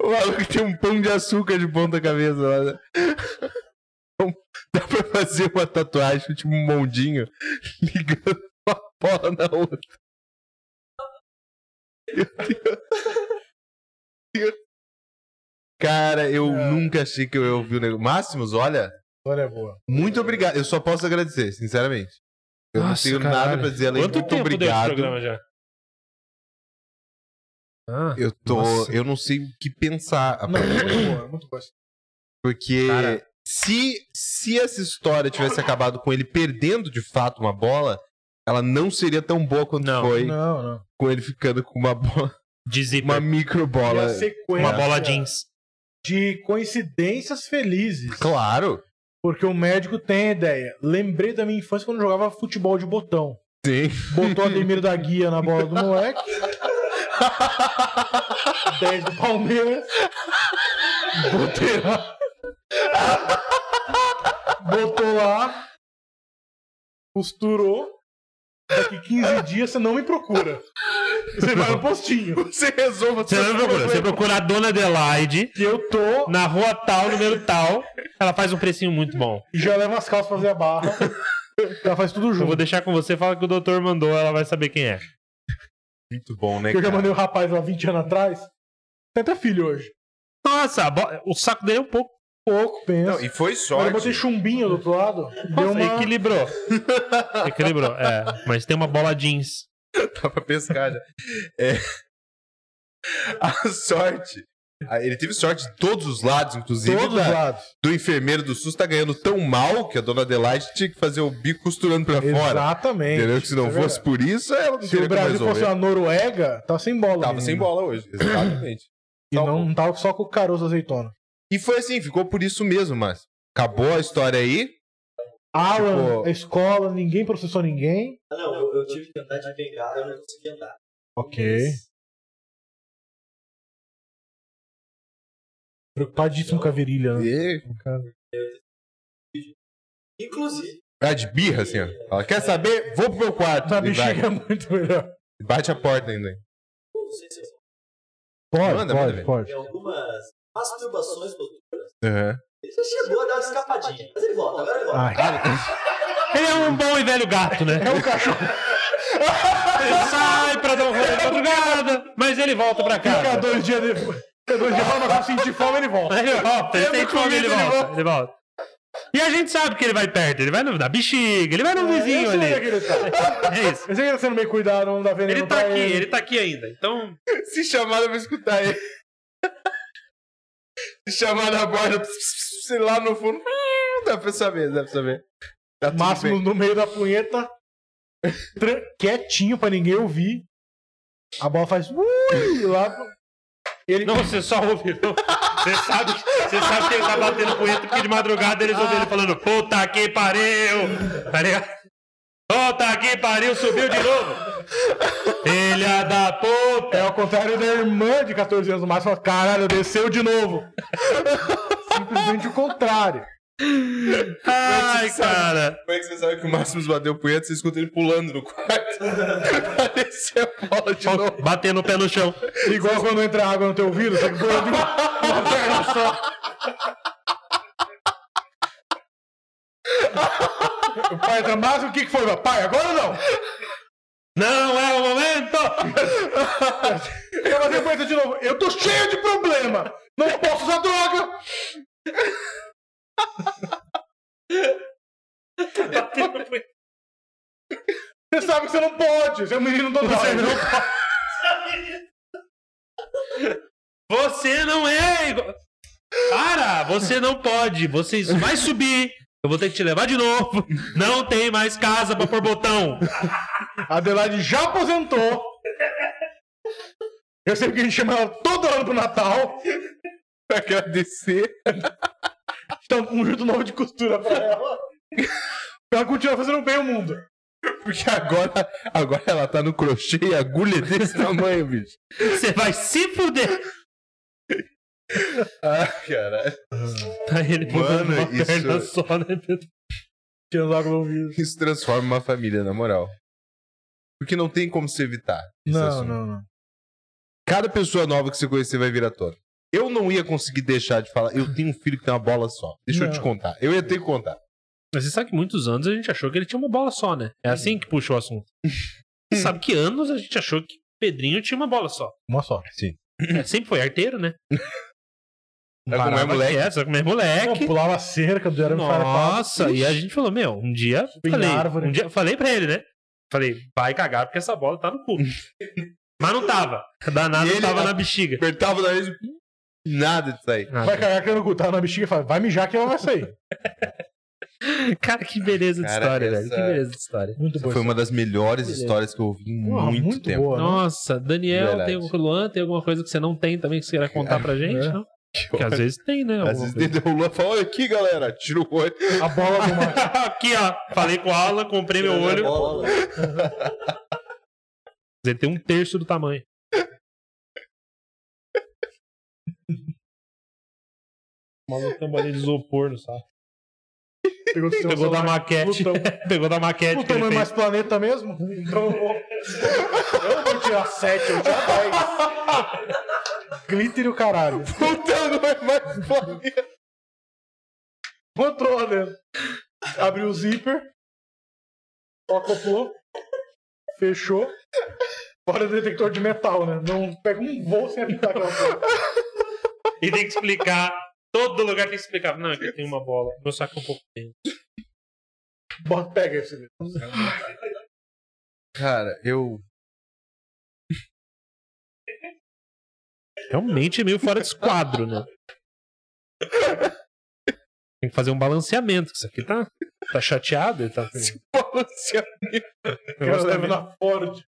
B: O maluco tem um pão de açúcar de ponta cabeça lá. né? Então, Dá pra fazer uma tatuagem, tipo um mondinho, ligando uma bola na outra. Meu Deus. Meu Deus. Cara, eu nunca achei que eu ia ouvir o negócio. Máximos, olha,
A: É. Olha, é boa.
B: muito obrigado. Eu só posso agradecer, sinceramente. Eu não
C: Nossa,
B: tenho nada
C: caralho.
B: pra dizer além de
C: Quanto
B: muito
C: tempo desse
B: obrigado.
C: programa já? Ah,
B: Eu tô.
C: Nossa.
B: Eu não sei o que pensar.
A: Não, muito boa, muito boa.
B: Porque
C: Cara.
B: se, se essa história tivesse acabado com ele perdendo de fato uma bola, ela não seria tão boa quanto
C: Não.
B: foi
A: Não, não.
B: com ele ficando com uma bola,
C: de zíper.
B: uma micro bola.
A: sequência
C: uma bola jeans.
A: de coincidências felizes.
B: Claro.
A: Porque o médico tem a ideia. Lembrei da minha infância quando eu jogava futebol de botão.
B: Sim.
A: Botou Ademir da Guia na bola do moleque. 10 do Palmeiras. Botei lá. Botou lá. Costurou. Daqui 15 dias você não me procura. Você vai no postinho.
B: Você né? resolva
C: Você não procura, você procura a dona Adelaide
A: Que eu tô
C: na rua tal, número tal. Ela faz um precinho muito bom.
A: e já leva as calças pra fazer a barra. Já faz tudo
C: Eu vou
A: junto.
C: deixar com você, fala que o doutor mandou, ela vai saber quem é.
B: Muito bom, né?
A: Eu já
B: Cara?
A: mandei o rapaz lá 20 anos atrás. Tem até filho hoje.
C: Nossa, a bo- o saco dele é um pouco.
A: Pouco, pensa.
B: Não, e foi
A: Agora eu
B: sorte.
A: botei chumbinho do outro lado. é Deu
C: Nossa,
A: uma...
C: Equilibrou. Equilibrou, é. Mas tem uma bola jeans.
B: Dá pra pescar já. É. A sorte. Ah, Ele teve sorte de todos os lados, inclusive.
A: Todos os
B: da-
A: lados.
B: Do enfermeiro do SUS tá ganhando tão mal que a dona Adelaide tinha que fazer o bico costurando pra fora.
A: Exatamente.
B: Entendeu? Que se não
A: É
B: fosse
A: verdade.
B: por isso, ela não
A: Se
B: teria
A: o
B: como
A: Brasil
B: resolver.
A: fosse a Noruega, tava sem bola.
B: Tava
A: menino.
B: sem bola hoje, exatamente. Então,
A: E não, não tava só com o caroço azeitona.
B: E foi assim, ficou por isso mesmo, mas acabou a história aí.
A: Alan,
B: Tipo-
A: a escola, ninguém processou ninguém.
D: Ah, não, eu, eu tive que andar de bengala, eu não consegui andar.
A: Ok. Preocupadíssimo com a virilha, né?
B: E...
D: Inclusive,
B: Ah, de birra, assim, ó. Ela quer saber? Vou pro meu quarto.
A: Na
B: E vai.
A: bexiga é muito melhor.
B: Bate a porta ainda.
D: não sei se eu-
A: Pode,
B: Manda, manda,
A: pode,
B: velho.
A: pode.
D: em algumas masturbações noturnas,
B: Aham.
D: ele já chegou a dar uma escapadinha. Mas ele volta, agora ele volta.
A: Ai,
C: Ele é um bom e velho gato, né? É um cachorro. Ele sai pra dar um rolê de madrugada, mas ele volta pra
A: fica
C: casa.
A: dois dias depois. Fica dois dias pra sentir fome, ele volta.
C: Ele volta, ele tem
A: Lembra
C: fome, ele
A: comigo, ele
C: volta. Ele volta. E a gente sabe que ele vai perto, ele vai no, na bexiga, ele vai no vizinho
A: eu sei onde é
C: ali.
A: que ele tá.
C: É isso.
A: Eu sei que ele tá sendo meio cuidado, não dá veneno
C: Ele tá
A: pra
C: aqui, ele tá aqui ainda. Então,
B: Se chamar, eu vou escutar ele. Se chamar na borda, sei lá no fundo. Dá pra saber, dá pra saber. Tá tudo
A: Máximo
B: bem.
A: no meio da punheta. tran- Quietinho pra ninguém ouvir. A bola faz. Ui, lá. Ele
C: não, você só ouve. não. Você sabe, você sabe que ele tá batendo punheta porque de madrugada eles ouvem ele falando: puta que pariu! Tá ligado? Puta que pariu, subiu de novo! Filha da
A: é
C: puta!
A: ao contrário da irmã de 14 anos do Máximo. Fala, caralho, desceu de novo. Simplesmente o contrário.
C: Ai, cara!
B: Como é que você sabe que o Máximo bateu punheta? Você escuta ele pulando no quarto. Parecia a bola de novo.
C: Batendo o pé no chão.
A: Igual quando entra água no teu ouvido, você pula de uma uma perna só. O pai entra, Máximo, o que que foi? Pai, agora não!
C: Não é o momento!
A: Eu vou depois de novo. Eu tô cheio de problema. Não posso usar droga. Você sabe que você não pode. Você é um menino do Você não
C: Você não é igual. Para! Você não pode. Você vai subir. Eu vou ter que te levar de novo. Não tem mais casa pra pôr botão.
A: Adelaide já aposentou. Eu sei que a gente chama ela todo ano pro Natal.
B: Pra agradecer.
A: Então, um conjunto novo de costura pra ela. Pra ela continuar fazendo bem o mundo.
B: Porque agora, agora ela tá no crochê e agulha é desse tamanho, bicho.
C: Você vai se fuder.
B: Ah, caralho.
C: Tá ele botando
B: Mano,
C: uma perna
B: isso-
C: só, né, Pedro?
A: Tinha logo no ouvido.
B: Isso transforma uma família, na moral. Porque não tem como se evitar. esse
A: Não,
B: assunto.
A: não, não.
B: Cada pessoa nova que você conhecer vai vir à tona. Eu não ia conseguir deixar de falar, eu tenho um filho que tem uma bola só. Deixa eu
A: Não.
B: te contar. Eu ia ter que contar.
C: Mas você sabe que muitos anos a gente achou que ele tinha uma bola só, né? É assim que puxou o assunto. Você sabe que anos a gente achou que Pedrinho tinha uma bola só.
A: Uma só.
B: Sim.
C: É, Sempre foi arteiro, né?
B: Só como é
C: Parava
B: moleque.
C: que É, só como é
A: Ela
C: moleque.
A: pulava cerca do
C: um
A: Jeremy
C: Nossa, e a gente falou, meu, um dia
A: Bem
C: falei,
A: na árvore.
C: um dia falei pra ele, né? Falei, vai cagar porque essa bola tá no cu. Mas não tava. Danado
B: E ele
C: tava
B: não-
C: na bexiga.
B: Apertava na vez nada disso aí.
A: Vai cagar que eu não gutava na bexiga e fala, vai mijar que ela vai sair.
C: Cara, que beleza de
B: Cara,
C: história,
B: essa-
C: velho. Que beleza de história.
A: Muito
B: Essa
A: boa.
B: foi uma das melhores
C: Beleza.
B: histórias que eu ouvi em
A: Porra,
B: muito, tempo.
A: boa, né?
C: Nossa, Daniel,
B: Verdade.
C: tem o Luan, tem alguma coisa que você não tem também que você queira contar pra gente?
A: É.
C: Não? Porque às vezes tem, né?
B: Às
C: alguma
B: vezes
C: coisa.
B: ele derrubou e falou: olha aqui, galera, tira o olho.
A: A bola do Max.
C: Aqui, ó. Falei com o Alan, comprei meu olho.
D: Bola.
C: Ele tem um terço do tamanho. O maluco tem um bolinho de isopor no saco.
A: Pegou do seu
C: Pegou da
A: celular.
C: maquete.
A: Plutão.
C: Pegou da maquete.
A: Não
C: que ele
A: tamanho
C: fez.
A: mais planeta mesmo? Então eu vou. Eu vou tirar 7, eu vou tirar 10. Glitter e o caralho.
B: Puta, não é mais planeta.
A: Botou lá dentro. Abriu o zíper. Toca o flor. Fechou. Fora do detector de metal, né? Não pega um voo sem apitar aquela porra.
C: E tem que explicar. Todo lugar tem que explicar. Não, aqui tem uma bola. Meu saco é um pouco tenso.
A: Bota, pega esse.
B: Cara, eu.
C: Realmente é meio fora de esquadro, né? Tem que fazer um balanceamento. que Isso aqui tá, tá chateado. Ele tá, o
A: Quero
C: negócio tá
A: levar na Ford.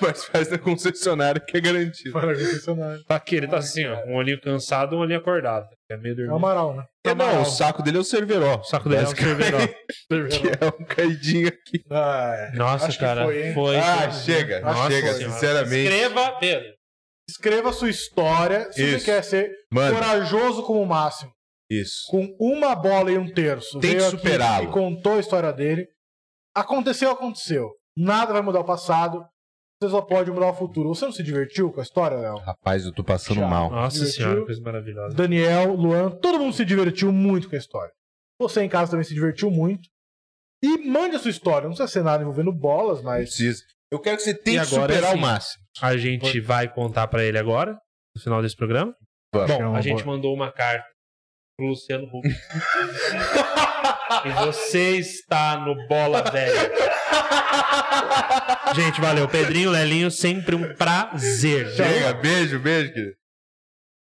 B: Mas faz na concessionária que é garantido.
A: Para concessionário.
C: Tá aqui, ele tá assim, ó. Um olhinho cansado, um olhinho acordado. É meio
A: É o
C: dormido.
A: Amaral, né?
B: É, não, o saco dele é o Cerveró.
C: O saco dele é um cerveja.
B: Que é um caidinho aqui.
A: Ah, é.
C: Nossa,
A: Acho que
C: cara.
A: foi, hein?
C: foi.
B: Ah, chega,
C: Nossa
B: chega,
C: Senhora.
B: sinceramente.
C: Escreva, Pedro.
A: Escreva a sua história se
B: Isso.
A: você quer ser
B: Mano,
A: corajoso como o máximo.
B: isso.
A: com uma bola e um terço.
B: Tem que
A: Veio aqui
B: superá-lo.
A: E contou a história dele. Aconteceu, aconteceu. Nada vai mudar o passado. Você só pode mudar o futuro. Você não se divertiu com a história, Léo?
B: Rapaz, eu tô passando
A: Já.
B: mal.
C: Nossa
A: Divertiu.
C: senhora, coisa maravilhosa.
A: Daniel, Luan, todo mundo se divertiu muito com a história. Você em casa também se divertiu muito. E mande a sua história. Não precisa ser nada envolvendo bolas, mas.
B: Precisa. Eu quero que você tente
C: E agora é
B: superar
C: assim.
B: o máximo.
C: A gente vai contar pra ele agora, no final desse programa.
B: Vamos.
A: É
C: Bom,
A: uma
C: a gente
A: boa.
C: mandou uma carta pro Luciano Huck. e você está no Bola Velha. Gente, valeu. Pedrinho, Lelinho, sempre um prazer.
B: Chega, beijo, beijo, querido.